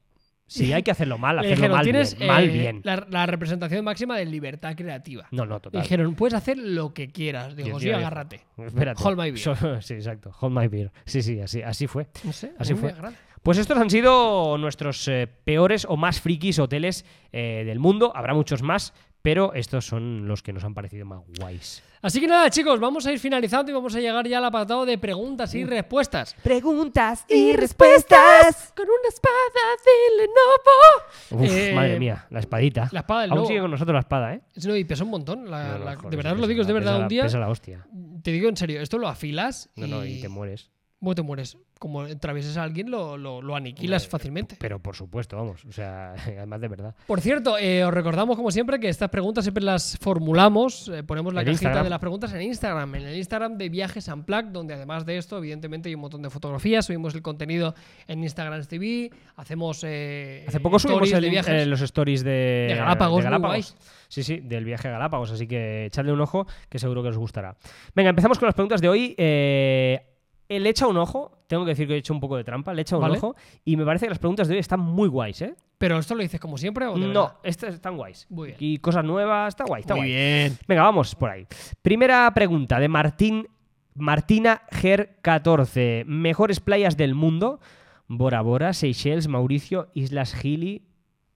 Si hay que hacerlo mal,
le
hacerlo
dijeron,
mal,
tienes
bien, mal
eh,
bien".
La, la representación máxima de libertad creativa.
No, no, total.
Dijeron, puedes hacer lo que quieras. Digo,
Dios
sí,
mío, dijo.
agárrate.
Espérate.
Hold my beer.
So- sí, exacto. Hold my beer. Sí, sí, así, así fue.
No sé, a
Así
mí me
fue.
agrada.
Pues estos han sido nuestros eh, peores o más frikis hoteles eh, del mundo. Habrá muchos más, pero estos son los que nos han parecido más guays.
Así que nada, chicos, vamos a ir finalizando y vamos a llegar ya al apartado de preguntas y respuestas.
Preguntas y respuestas.
Con una espada de Lenovo.
Uf,
Eh,
madre mía, la espadita.
La espada del
Aún
lobo.
sigue con nosotros la espada, ¿eh?
Sí, No, y pesa un montón. la-
No, no,
la-
joder,
de verdad
sí,
os lo digo, es
pesa
de
la-
verdad.
pesa
Un
la-
día,
Pesa la hostia.
te digo en serio, esto lo afilas
No,
y,
no, y te mueres.
Bueno, te mueres. Como atravieses a alguien, lo, lo- lo aniquilas
Hombre,
fácilmente.
Pero por supuesto, vamos. O sea, además de verdad.
Por cierto, eh, os recordamos como siempre que estas preguntas siempre las formulamos, eh, ponemos la
En
cajita
Instagram.
de las preguntas en Instagram, en el Instagram de Viajes Unplugged, donde además de esto, evidentemente hay un montón de fotografías, subimos el contenido en Instagram TV, hacemos eh,
Hace poco subimos
stories
el-
de viajes.
eh, los stories de,
De Galápagos, muy
Sí, sí, del viaje a Galápagos. Así que echadle un ojo, que seguro que os gustará. Venga, empezamos con las preguntas de hoy. Eh, él echa un ojo. Tengo que decir que he hecho un poco de trampa. Le echa un
Vale.
ojo. Y me parece que las preguntas de hoy están muy guays, ¿eh?
Pero esto lo dices como siempre o Oh, de
No, estas están guays.
Muy bien.
Y cosas nuevas. Está guay, está guay.
bien.
Venga, vamos por ahí. Primera pregunta de Martín, Martina Ger 14. Mejores playas del mundo. Bora Bora, Seychelles, Mauricio, Islas Gili,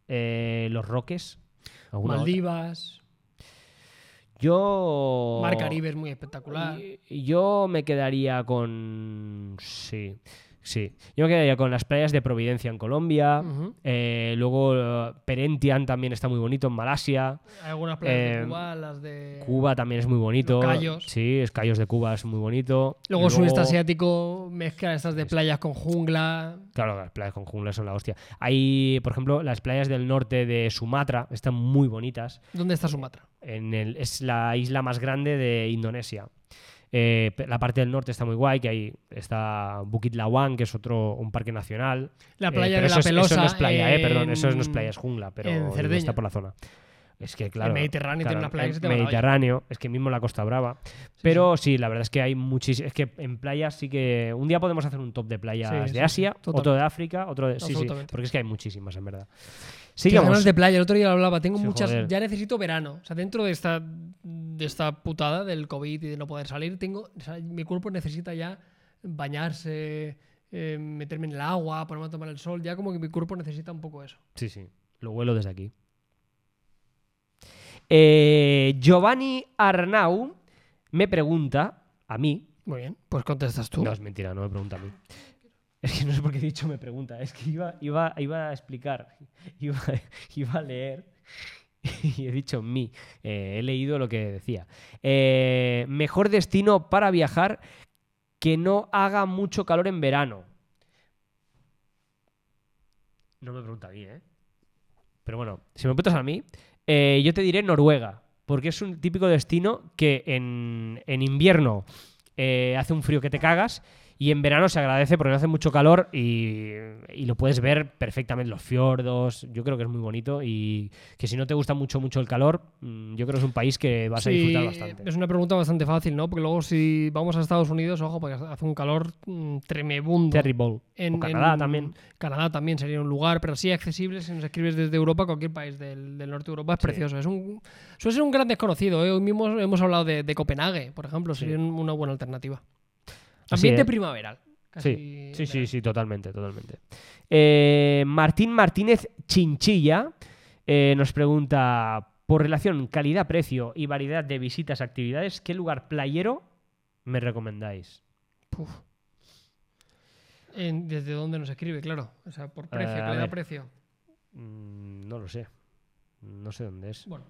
eh, Los Roques. ¿Alguna otra?
Maldivas,
Yo.
Mar Caribe es muy espectacular.
Y- Yo me quedaría con. Sí. Sí. Yo me quedaría con las playas de Providencia en Colombia.
Ujú.
Eh, luego eh, Perentian también está muy bonito en Malasia.
Hay algunas playas de
eh,
Cuba, las de
Cuba también es muy bonito.
Los Cayos.
Sí, es Cayos de Cuba es muy bonito.
Luego, sudeste asiático, mezcla estas de playas con jungla.
Claro, las playas con jungla son la hostia. Hay, por ejemplo, las playas del norte de Sumatra, están muy bonitas.
¿Dónde está Sumatra?
En el, es la isla más grande de Indonesia. Eh, pe- la parte del norte está muy guay, que ahí está Bukit Lawang, que es otro un parque nacional.
La
Eh,
playa
pero
de
eso
la
es-
Pelosa.
Eso no es playa, eh, perdón,
en-
eso no es playa, es jungla, pero
en
digo,
Cerdeña.
está por la zona. Es que, claro.
Mediterráneo
claro,
tiene unas playas que
el
se te van a la olla.
Mediterráneo, es que mismo la Costa Brava. Pero sí, la verdad es que hay muchísimas. Es que en playas sí que. Un día podemos hacer un top de playas
Sí,
de
sí, sí,
Asia, otro
totalmente.
de África, otro de. Sí, sí,
Absolutamente.
porque es que hay muchísimas, en verdad.
Qué ganas
Sigamos.
de playa, el otro día lo hablaba, tengo
Sí,
muchas,
joder.
ya necesito verano. O sea, dentro de esta, de esta putada del COVID y de no poder salir, tengo, o sea, mi cuerpo necesita ya bañarse, eh, meterme en el agua, ponerme a tomar el sol, ya como que mi cuerpo necesita un poco eso.
Sí, sí. Lo vuelo desde aquí. Eh, Giovanni Arnau me pregunta a mí.
Muy bien, pues contestas tú.
No, es mentira, no me pregunta a mí. Es que no sé por qué he dicho me pregunta. Es que iba, iba, iba a explicar, iba, iba a leer y he dicho mí. Eh, he leído lo que decía. Eh, mejor destino para viajar que no haga mucho calor en verano. No me pregunta a mí, ¿eh? Pero bueno, si me preguntas a mí, eh, yo te diré Noruega. porque es un típico destino que en, en invierno eh, hace un frío que te cagas y en verano se agradece porque no hace mucho calor y, y lo puedes ver perfectamente los fiordos. Yo creo que es muy bonito y que si no te gusta mucho, mucho el calor, mm, yo creo que es un país que vas a disfrutar
Sí,
bastante.
Es una pregunta bastante fácil, ¿no? Porque luego si vamos a Estados Unidos, ojo, porque hace un calor mm, tremebundo.
Terrible.
En,
o Canadá
en-
también.
Canadá también sería un lugar, pero sí accesible si nos escribes desde Europa, cualquier país del, del norte de Europa es
Sí.
precioso. Es un, suele ser un gran desconocido. ¿eh? Hoy mismo hemos hablado de, de Copenhague, por ejemplo,
Sí.
sería un- una buena alternativa.
Así
Ambiente
es.
primaveral. casi
Sí, sí, sí,
verano.
sí, totalmente, totalmente. Eh, Martín Martínez Chinchilla eh, nos pregunta, por relación calidad-precio y variedad de visitas, actividades, ¿qué lugar playero me recomendáis?
Puf. En- ¿Desde dónde nos escribe? Claro. O sea, por precio,
Eh, a
calidad
ver.
precio.
Mm, no lo sé. No sé dónde es.
Bueno.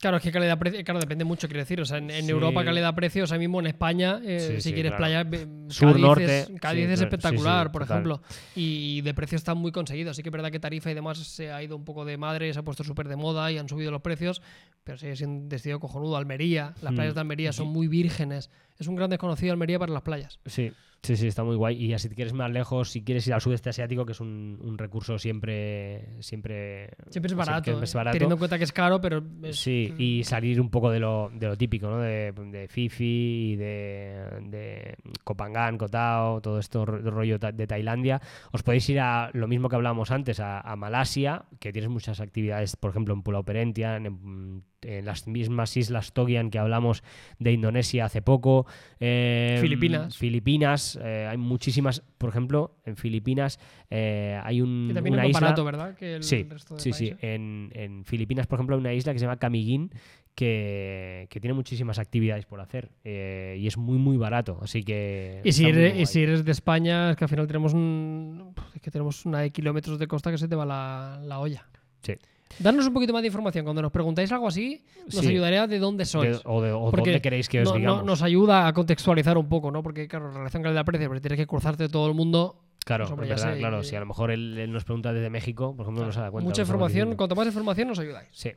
Claro, es que calidad precio, claro, depende mucho, quiero decir. O sea, en, en
Sí.
Europa calidad precio, o sea, mismo en España, eh,
Sí,
si
sí,
quieres
claro.
playa, ve-
Sur,
Cádiz
norte,
es,
sí,
Cádiz es
claro, sí,
espectacular,
sí,
por
total.
ejemplo. Y de precio está muy conseguido. Así que es verdad que Tarifa y demás se ha ido un poco de madre, se ha puesto súper de moda y han subido los precios, pero sigue siendo un destino cojonudo. Almería, las
Mm.
playas de Almería son muy vírgenes. Es un gran desconocido Almería para las playas.
Sí, sí, sí, está muy guay. Y ya si te quieres más lejos, si quieres ir al sudeste asiático, que es un, un recurso siempre... Siempre,
Siempre es
sí,
barato,
siempre es
eh,
barato.
teniendo en cuenta que es caro, pero es-
Sí,
Mm.
y salir un poco de lo, de lo típico, ¿no? De, de Fifi y de, de Copangán, Kotao, todo esto ro- rollo ta- de Tailandia. Os podéis ir a lo mismo que hablábamos antes, a, a Malasia, que tienes muchas actividades, por ejemplo, en Pulau Perentian, en, en las mismas islas Togian que hablamos de Indonesia hace poco. eh,
Filipinas.
Filipinas, eh, hay muchísimas, por ejemplo, en Filipinas eh, hay un,
que también
una
es más
isla
barato, ¿verdad? Que el
sí,
resto de
sí, sí.
países.
En, en Filipinas, por ejemplo, hay una isla que se llama Camiguín que, que tiene muchísimas actividades por hacer eh, y es muy, muy barato. Así que.
Y si,
está muy
eres, y
guay.
si eres de España, es que al final tenemos un, es que tenemos una de kilómetros de costa que se te va la, la olla.
Sí.
Danos un poquito más de información. Cuando nos preguntáis algo así, nos
Sí.
ayudaría de dónde
De-
sois.
o de, o
Porque
dónde queréis que os
No- no-
digamos.
nos ayuda a contextualizar un poco, ¿no? Porque, claro, relación calidad-precio, pero tienes que cruzarte todo el mundo.
claro,
pues, hombre,
es
ya
verdad,
sé,
claro.
eh,
Si a lo mejor él, él nos pregunta desde México, por ejemplo, no se da cuenta. lo
Mucha
estamos
información.
diciendo.
Cuanto más información, nos ayudáis.
Sí.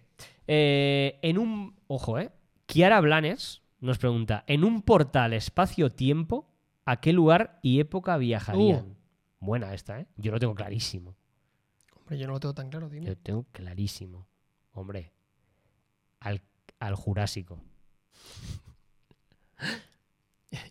Eh, en un. Ojo, ¿eh? Kiara Blanes nos pregunta: en un portal espacio-tiempo, ¿a qué lugar y época viajarían?
Uh.
Buena esta, ¿eh? Yo lo tengo clarísimo.
Hombre, yo no lo tengo tan claro, tío.
Yo tengo clarísimo. Hombre, al, al Jurásico.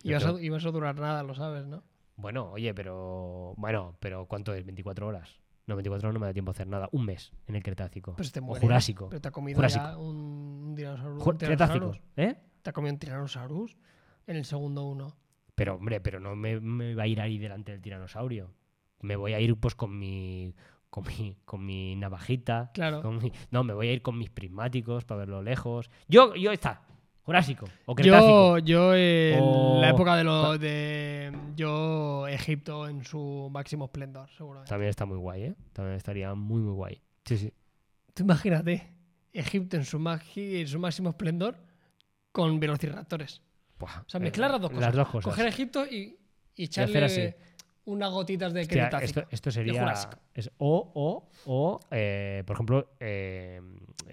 Y vas a, y vas a durar nada, lo sabes, ¿no?
Bueno, oye, pero. Bueno, pero ¿cuánto es? ¿24 horas? No, 24 horas no me da tiempo a hacer nada. Un mes en el Cretácico.
Pues te
o
mueres.
Jurásico.
Pero te ha comido
Jurásico.
ya un, un dinosaurio.
Ju-
un
Cretácico,
Tyrannosaurus.
¿eh?
Te ha comido un Tyrannosaurus en el segundo uno.
Pero, hombre, pero no me, me va a ir ahí delante del tiranosaurio. Me voy a ir pues con mi. Con mi, con mi navajita.
Claro.
con mi- no, me voy a ir con mis prismáticos para verlo lejos. Yo, yo está. Jurásico. O Cretácico.
Yo, yo en
O-
la época de los de yo Egipto en su máximo esplendor, seguramente.
También está muy guay, ¿eh? También estaría muy, muy guay. Sí, sí.
Tú imagínate Egipto en su, magi- en su máximo esplendor con velociraptores.
Buah,
O sea,
eh,
mezclar las dos cosas.
Las dos cosas.
Coger Egipto y, y echarle
así.
unas gotitas de
Hostia,
cretácico.
esto, esto sería.
Jurásico.
es- o, o, o eh, por ejemplo, eh,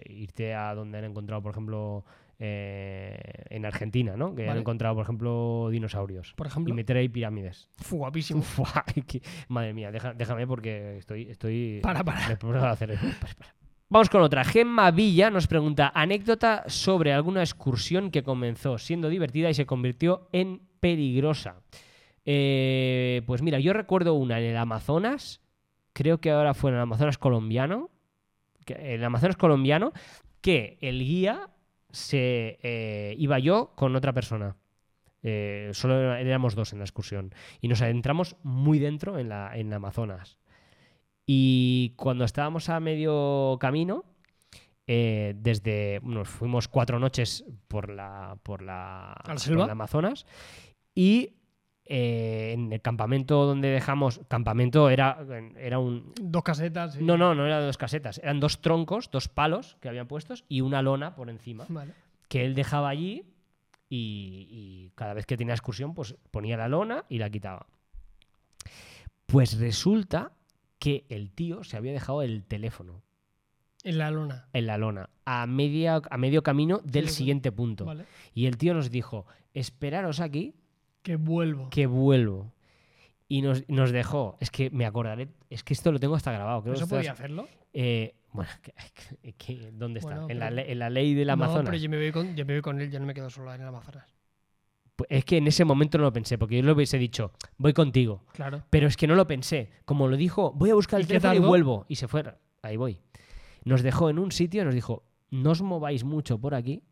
irte a donde han encontrado, por ejemplo, eh, en Argentina, ¿no? Que han
Vale.
encontrado, por ejemplo, dinosaurios.
Por
Y
ejemplo,
meter ahí pirámides.
Fu, guapísimo.
Uf, que- madre mía, deja- déjame porque estoy. estoy
Para, para.
me pongo a hacer- para, para. Vamos con otra. Gemma Villa nos pregunta: anécdota sobre alguna excursión que comenzó siendo divertida y se convirtió en peligrosa. Eh, pues mira, yo recuerdo una en el Amazonas, creo que ahora fue en el Amazonas colombiano, que- en el Amazonas colombiano, que el guía se eh, iba yo con otra persona. Eh, solo era- éramos dos en la excursión. Y nos adentramos muy dentro en la, en la Amazonas. Y cuando estábamos a medio camino, eh, desde. Nos fuimos cuatro noches por la. por la.
¿A la selva?
por la Amazonas. Y eh, en el campamento donde dejamos. Campamento era, era un.
Dos casetas. y-
No, no, no eran dos casetas. Eran dos troncos, dos palos que habían puestos y una lona por encima
Vale.
que él dejaba allí y, y cada vez que tenía excursión, pues ponía la lona y la quitaba. Pues resulta que el tío se había dejado el teléfono
En la luna.
en la lona, a, media, a medio camino del
Sí, sí.
siguiente punto.
Vale.
Y el tío nos dijo, esperaros aquí,
Que vuelvo.
que vuelvo. Y nos, nos dejó, es que me acordaré, es que esto lo tengo hasta grabado. Creo que
¿Eso
esto
podía
es-
hacerlo?
eh, bueno, que- que- que- ¿dónde está?
Bueno,
en, la,
pero-
le- en la ley del Amazonas.
No, pero yo me, voy con, yo me voy con él, yo no me quedo solo en el Amazonas.
Pues Es que en ese momento no lo pensé, porque yo le hubiese dicho, voy contigo.
Claro.
Pero es que no lo pensé. Como lo dijo, voy a buscar
¿Y
el
qué
teléfono y
tardó?
vuelvo. Y se fue. Ahí voy. Nos dejó en un sitio y nos dijo, no os mováis mucho por aquí,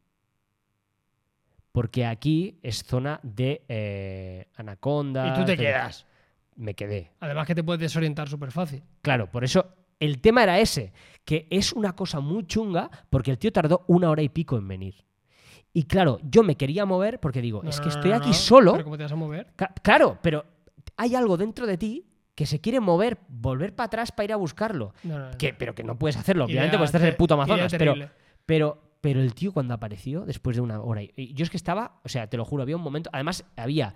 porque aquí es zona de eh, anaconda.
Y tú te
etcétera".
quedas.
Me quedé.
Además que te puedes desorientar súper fácil.
Claro, por eso el tema era ese, que es una cosa muy chunga, porque el tío tardó una hora y pico en venir. Y claro, yo me quería mover porque digo, es que estoy aquí solo.
¿Pero cómo te vas a mover?
Ca- Claro, pero hay algo dentro de ti que se quiere mover, volver para atrás para ir a buscarlo.
No, no, no.
Que, pero que no puedes hacerlo,
Idea
obviamente, porque estás en el
te-
puto
idea
Amazonas. Pero,
terrible.
pero, pero el tío cuando apareció, después de una hora... y- y Yo es que estaba, o sea, te lo juro, había un momento... Además, había...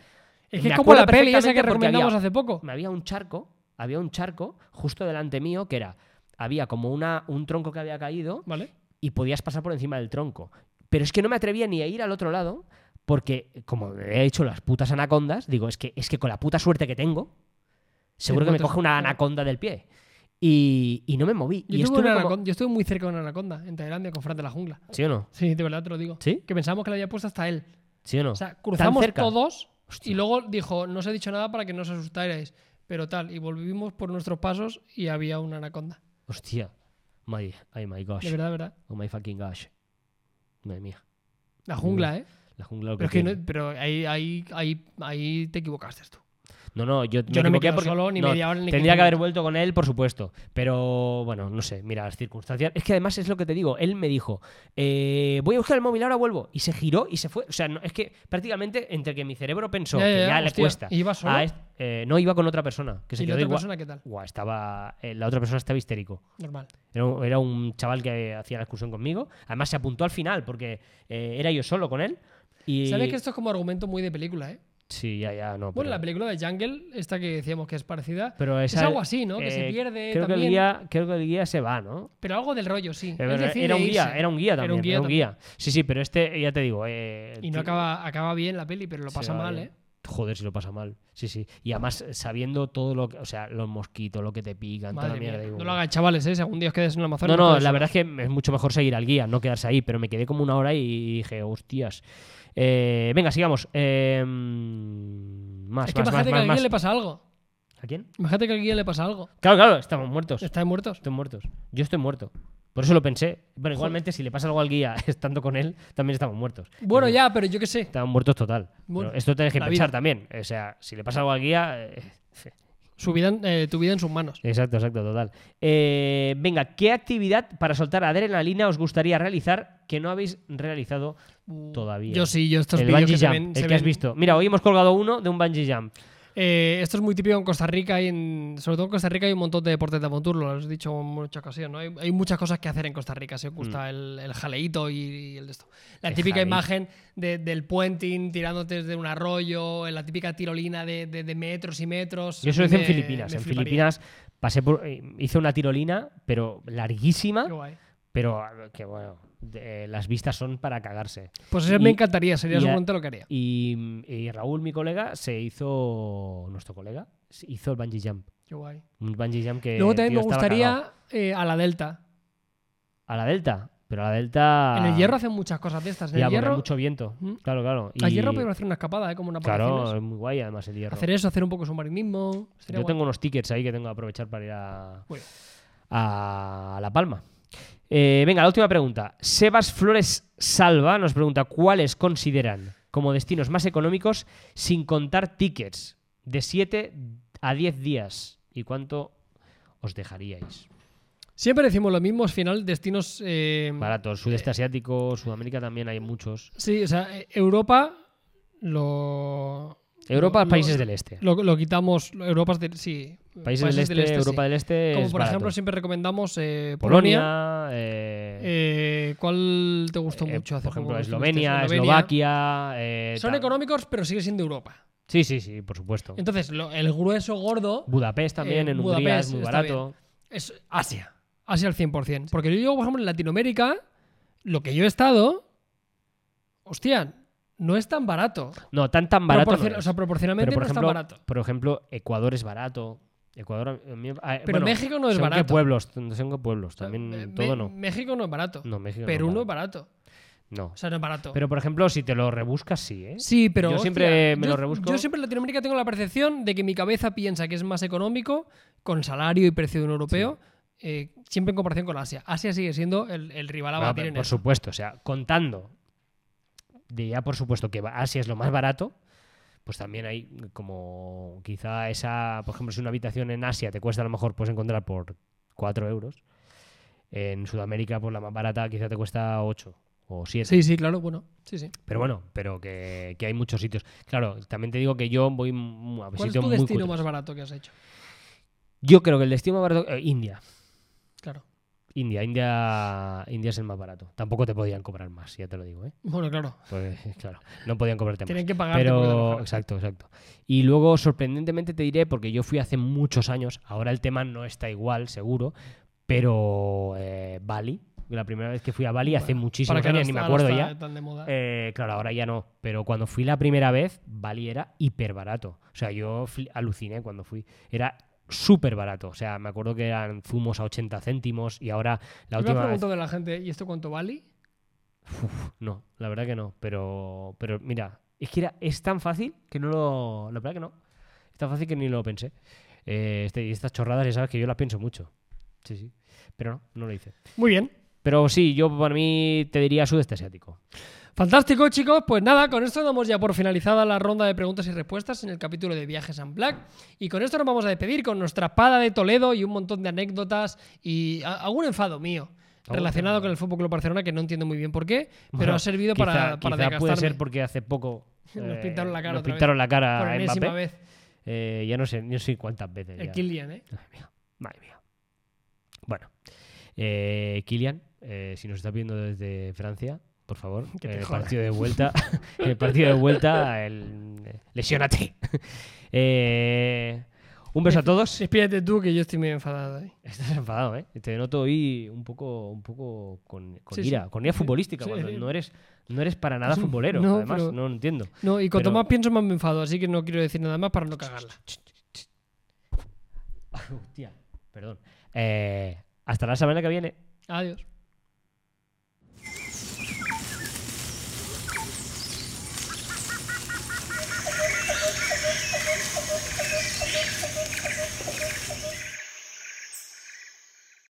Es que
me
es como la
acuerdo
peli esa que
perfectamente porque había-
recomendamos hace poco.
había un charco, había un charco justo delante mío que era... Había como una, un tronco que había caído
¿Vale?
y podías pasar por encima del tronco. Pero es que no me atrevía ni a ir al otro lado porque, como he hecho las putas anacondas, digo, es que, es que con la puta suerte que tengo, seguro que me
encuentras-
coge una
claro.
anaconda del pie. Y, y no me moví. y
Yo, tuve
estuve
una
como-
anaconda- yo estuve muy cerca de una anaconda en Tailandia con Fran de la Jungla.
¿Sí o no?
Sí, de verdad te lo digo.
¿Sí?
Que pensábamos que la había puesto hasta él.
¿Sí o no?
O sea, cruzamos
cerca?
todos
Hostia.
y luego dijo, no os he dicho nada para que no os asustarais, pero tal. Y volvimos por nuestros pasos y había una anaconda.
Hostia. My, ay, my
De
gosh.
verdad, de verdad.
Oh my fucking gosh. Madre mía.
La jungla, ¿eh?
La jungla lo
Pero,
que
es que
tiene.
no- pero ahí, ahí, ahí, ahí te equivocaste tú.
no... no, yo,
Yo no me
equivoqué
quedo solo ni
no,
media hora ni
Tendría
15
que haber
minutos.
vuelto con él, por supuesto. Pero bueno, no sé, mira, las circunstancias. Es que además es lo que te digo. Él me dijo, eh, voy a buscar el móvil, ahora vuelvo. Y se giró y se fue. O sea, no- es que prácticamente entre que mi cerebro pensó
Ya, ya,
que ya,
ya,
le
hostia,
cuesta.
¿y iba solo?
a es- eh, no, iba con otra persona. Que se
¿Y la
quedó
otra
igual.
persona qué tal?
Guau, estaba. eh, la otra persona estaba histérico.
Normal.
Era un, era un chaval que hacía la excursión conmigo. Además, se apuntó al final porque eh, era yo solo con él. Y...
¿Sabes que esto es como argumento muy de película, eh?
Sí, ya, ya, no.
Bueno,
pero-
la película de Jungle, esta que decíamos que es parecida,
pero
es
esa-
algo así, ¿no? Que se
eh,
pierde
creo Que
también.
el guía, creo que el guía se va, ¿no?
Pero algo del rollo, sí.
Pero
Él
Era,
decide
era un guía,
irse.
era un guía también. Era un guía.
también.
Sí, sí, pero este, ya te digo. eh,
Y no
ti-
acaba, acaba bien la peli, pero lo
se
pasa
va
mal,
bien.
¿eh?
Joder, si lo pasa mal. Sí, sí. Y además, eh, sabiendo todo lo que. O sea, los mosquitos, lo que te pican, toda
Madre
la mierda.
mía.
digo,
No lo hagan, chavales, ¿eh? Si algún día os quedáis en el
no,
Amazonas.
no,
podéis
la
saber.
verdad es que es mucho mejor seguir al guía, no quedarse ahí, pero me quedé como una hora y dije, hostias. Eh, venga, sigamos. Eh, mm, más,
Es que
más, más,
imagínate que
más,
al
más.
guía le pasa algo.
¿A quién?
Imagínate que al guía le pasa algo.
Claro, claro, estamos muertos.
Están muertos.
Estoy muertos. Yo estoy muerto. Por eso lo pensé. Pero igualmente, si le pasa algo al guía estando con él, también estamos muertos.
Bueno,
Pero
ya, pero yo qué sé.
Estamos muertos total.
Bueno,
Pero esto tienes que
la
pensar
vida.
también. O sea, si le pasa algo al guía. eh,
Su vida, en- eh, tu vida en sus manos.
Exacto, exacto, total. Eh, venga, ¿qué actividad para soltar adrenalina os gustaría realizar que no habéis realizado todavía?
Mm, Yo sí, yo estos
el
vídeos
bungee
que se
jump,
ven.
el
se
que
ven-
has visto. Mira, hoy hemos colgado uno de un bungee jump.
Eh, esto es muy típico en Costa Rica y en, sobre todo en Costa Rica hay un montón de deportes de aventura, lo has dicho en muchas ocasiones, ¿no? Hay, hay muchas cosas que hacer en Costa Rica, si os gusta el, el jaleíto y, y el de esto.
Mm.
La
El
típica
jaleíto.
imagen de- del puenting tirándote desde un arroyo, la típica tirolina de, de- de metros y metros.
Yo eso lo
soy
hice en Filipinas. En Filipinas pasé por, eh, hice una tirolina, pero larguísima, pero ah, que bueno, de- eh, las vistas son para cagarse.
Pues eso
Y-
me encantaría, sería
y a-
seguramente lo que haría.
Y, y Raúl, mi colega, se hizo, nuestro colega, se hizo el bungee jump.
Qué guay.
Un bungee jump que...
Luego
el
también
Eh, tío
me
estaba cagao.
gustaría eh, a la Delta.
A la Delta, pero a la Delta...
En el hierro hacen muchas cosas de estas. En
Ah. Ya,
el
porque hay
hierro,
mucho viento.
Mm.
Claro, claro. Y,
al hierro podemos hacer una escapada, ¿eh? como una
Claro, es muy guay además el hierro.
Hacer eso, hacer un poco submarinismo.
Yo
estaría guay.
tengo unos tickets ahí que tengo que aprovechar para ir a,
Muy bien.
a La Palma. Eh, venga, la última pregunta. Sebas Flores Salva nos pregunta cuáles consideran como destinos más económicos sin contar tickets de 7 a 10 días. ¿Y cuánto os dejaríais?
Siempre decimos lo mismo, al final destinos... eh,
Baratos. Sudeste Asiático, Sudamérica también hay muchos.
sí, o sea, eh, Europa lo,
Europa,
lo-
países del este.
lo, lo quitamos. lo- Europa es del, sí.
Países, del este, Europa
sí.
del este.
Como
es
por ejemplo
barato.
siempre recomendamos eh, Polonia.
Polonia, eh,
Eh, ¿Cuál te gustó
eh,
mucho? hace
por ejemplo,
poco que estuviste?
Eslovenia, Eslovaquia. eh,
Son
tal.
económicos, pero sigue siendo Europa.
Sí, sí, sí, por supuesto.
Entonces, lo- el grueso gordo
Budapest también,
Eh,
en Hungría es
Budapest
muy
está
barato.
es Asia. así al 100%. Porque yo digo, por ejemplo, en Latinoamérica, lo que yo he estado, hostia, no es tan barato.
No, tan tan barato. no
Proporcion-
es.
O sea, proporcionalmente
Pero, por
no
ejemplo, eh,
es tan barato.
Por ejemplo, Ecuador es barato. Ecuador, a mí- ah,
Pero
bueno,
México no es
según qué
barato.
pueblos, no sé en qué pueblos, también
Me-
todo no.
México no es barato.
No, México
Perú
no.
no
es
es
barato.
barato.
No.
O sea, no es barato.
Pero por ejemplo, si te lo rebuscas, sí, ¿eh?
Sí, pero.
Yo siempre me lo rebusco.
Yo siempre en Latinoamérica tengo la percepción de que mi cabeza piensa que es más económico con salario y precio de un europeo, eh, siempre en comparación con Asia. Asia sigue siendo el, el rival a
Ah,
batir
pero
en
por
eso.
supuesto, o sea, contando de ya por supuesto que Asia es lo más barato, pues también hay como quizá esa, por ejemplo, si una habitación en Asia te cuesta a lo mejor puedes encontrar por 4 euros, en Sudamérica por la más barata quizá te cuesta 8 o 7.
Sí, sí, claro, bueno. Sí, sí.
Pero bueno, pero que, que hay muchos sitios. Claro, también te digo que yo voy mm, a
¿Cuál es
sitios
tu
muy
destino
cutres.
más barato que has hecho?
Yo creo que el destino más barato... eh, India.
Claro.
India, India, India es el más barato. Tampoco te podían cobrar más, ya te lo digo, ¿eh?
Bueno, claro.
Porque, claro, no podían cobrarte más.
Tienen que pagar.
Pero, exacto, exacto. Y luego, sorprendentemente, te diré, porque yo fui hace muchos años, ahora el tema no está igual, seguro, pero eh, Bali, la primera vez que fui a Bali hace muchísimos años, ni me acuerdo ya. Eh, claro, ahora ya no, pero cuando fui la primera vez, Bali era hiper barato. O sea, yo fli- aluciné cuando fui. Era súper barato. O sea, me acuerdo que eran zumos a 80 céntimos y ahora la
Yo me he
última vez...
preguntado de la gente, ¿y esto cuánto vale?
No, la verdad que no. Pero, pero mira, es que era, es tan fácil que no lo. La verdad que no. Es tan fácil que ni lo pensé. Eh, este- estas chorradas, ya sabes que yo las pienso mucho. Sí, sí. Pero no, no lo hice.
Muy bien.
Pero sí, yo para mí te diría sudeste asiático.
Fantástico, chicos. Pues nada, con esto damos ya por finalizada la ronda de preguntas y respuestas en el capítulo de Viajes en Black. Y con esto nos vamos a despedir con nuestra espada de Toledo y un montón de anécdotas y a- algún enfado mío
Algún
relacionado
enfado.
con el Fútbol Club Barcelona, que no entiendo muy bien por qué, pero
Oh, Bueno,
ha servido para,
Quizá-
para
quizá puede ser
desgastarme
porque hace poco.
Nos
eh,
pintaron la cara
nos
otra vez.
pintaron la cara
por
a
enésima
Mbappé.
vez.
Eh, ya no sé, no sé cuántas veces.
El
ya.
Kylian, ¿eh?
Madre mía, madre mía. Bueno, eh, Kilian, eh, si nos está viendo desde Francia, por favor,
Que te
el
jodan.
partido de vuelta, el partido de vuelta, el, lesiónate. Eh, un beso a todos.
Despídete tú, que yo estoy muy enfadado. ¿eh?
Estás enfadado, ¿eh? Te noto hoy un poco, un poco con, con
Sí, sí.
ira, con ira futbolística,
Sí,
cuando
sí.
no eres, no eres para nada futbolero.
No,
además,
pero-
no lo entiendo.
No, y cuanto
Pero-
más pienso, más me enfado, así que no quiero decir nada más para no cagarla.
Hostia, perdón. Eh, hasta la semana que viene.
Adiós.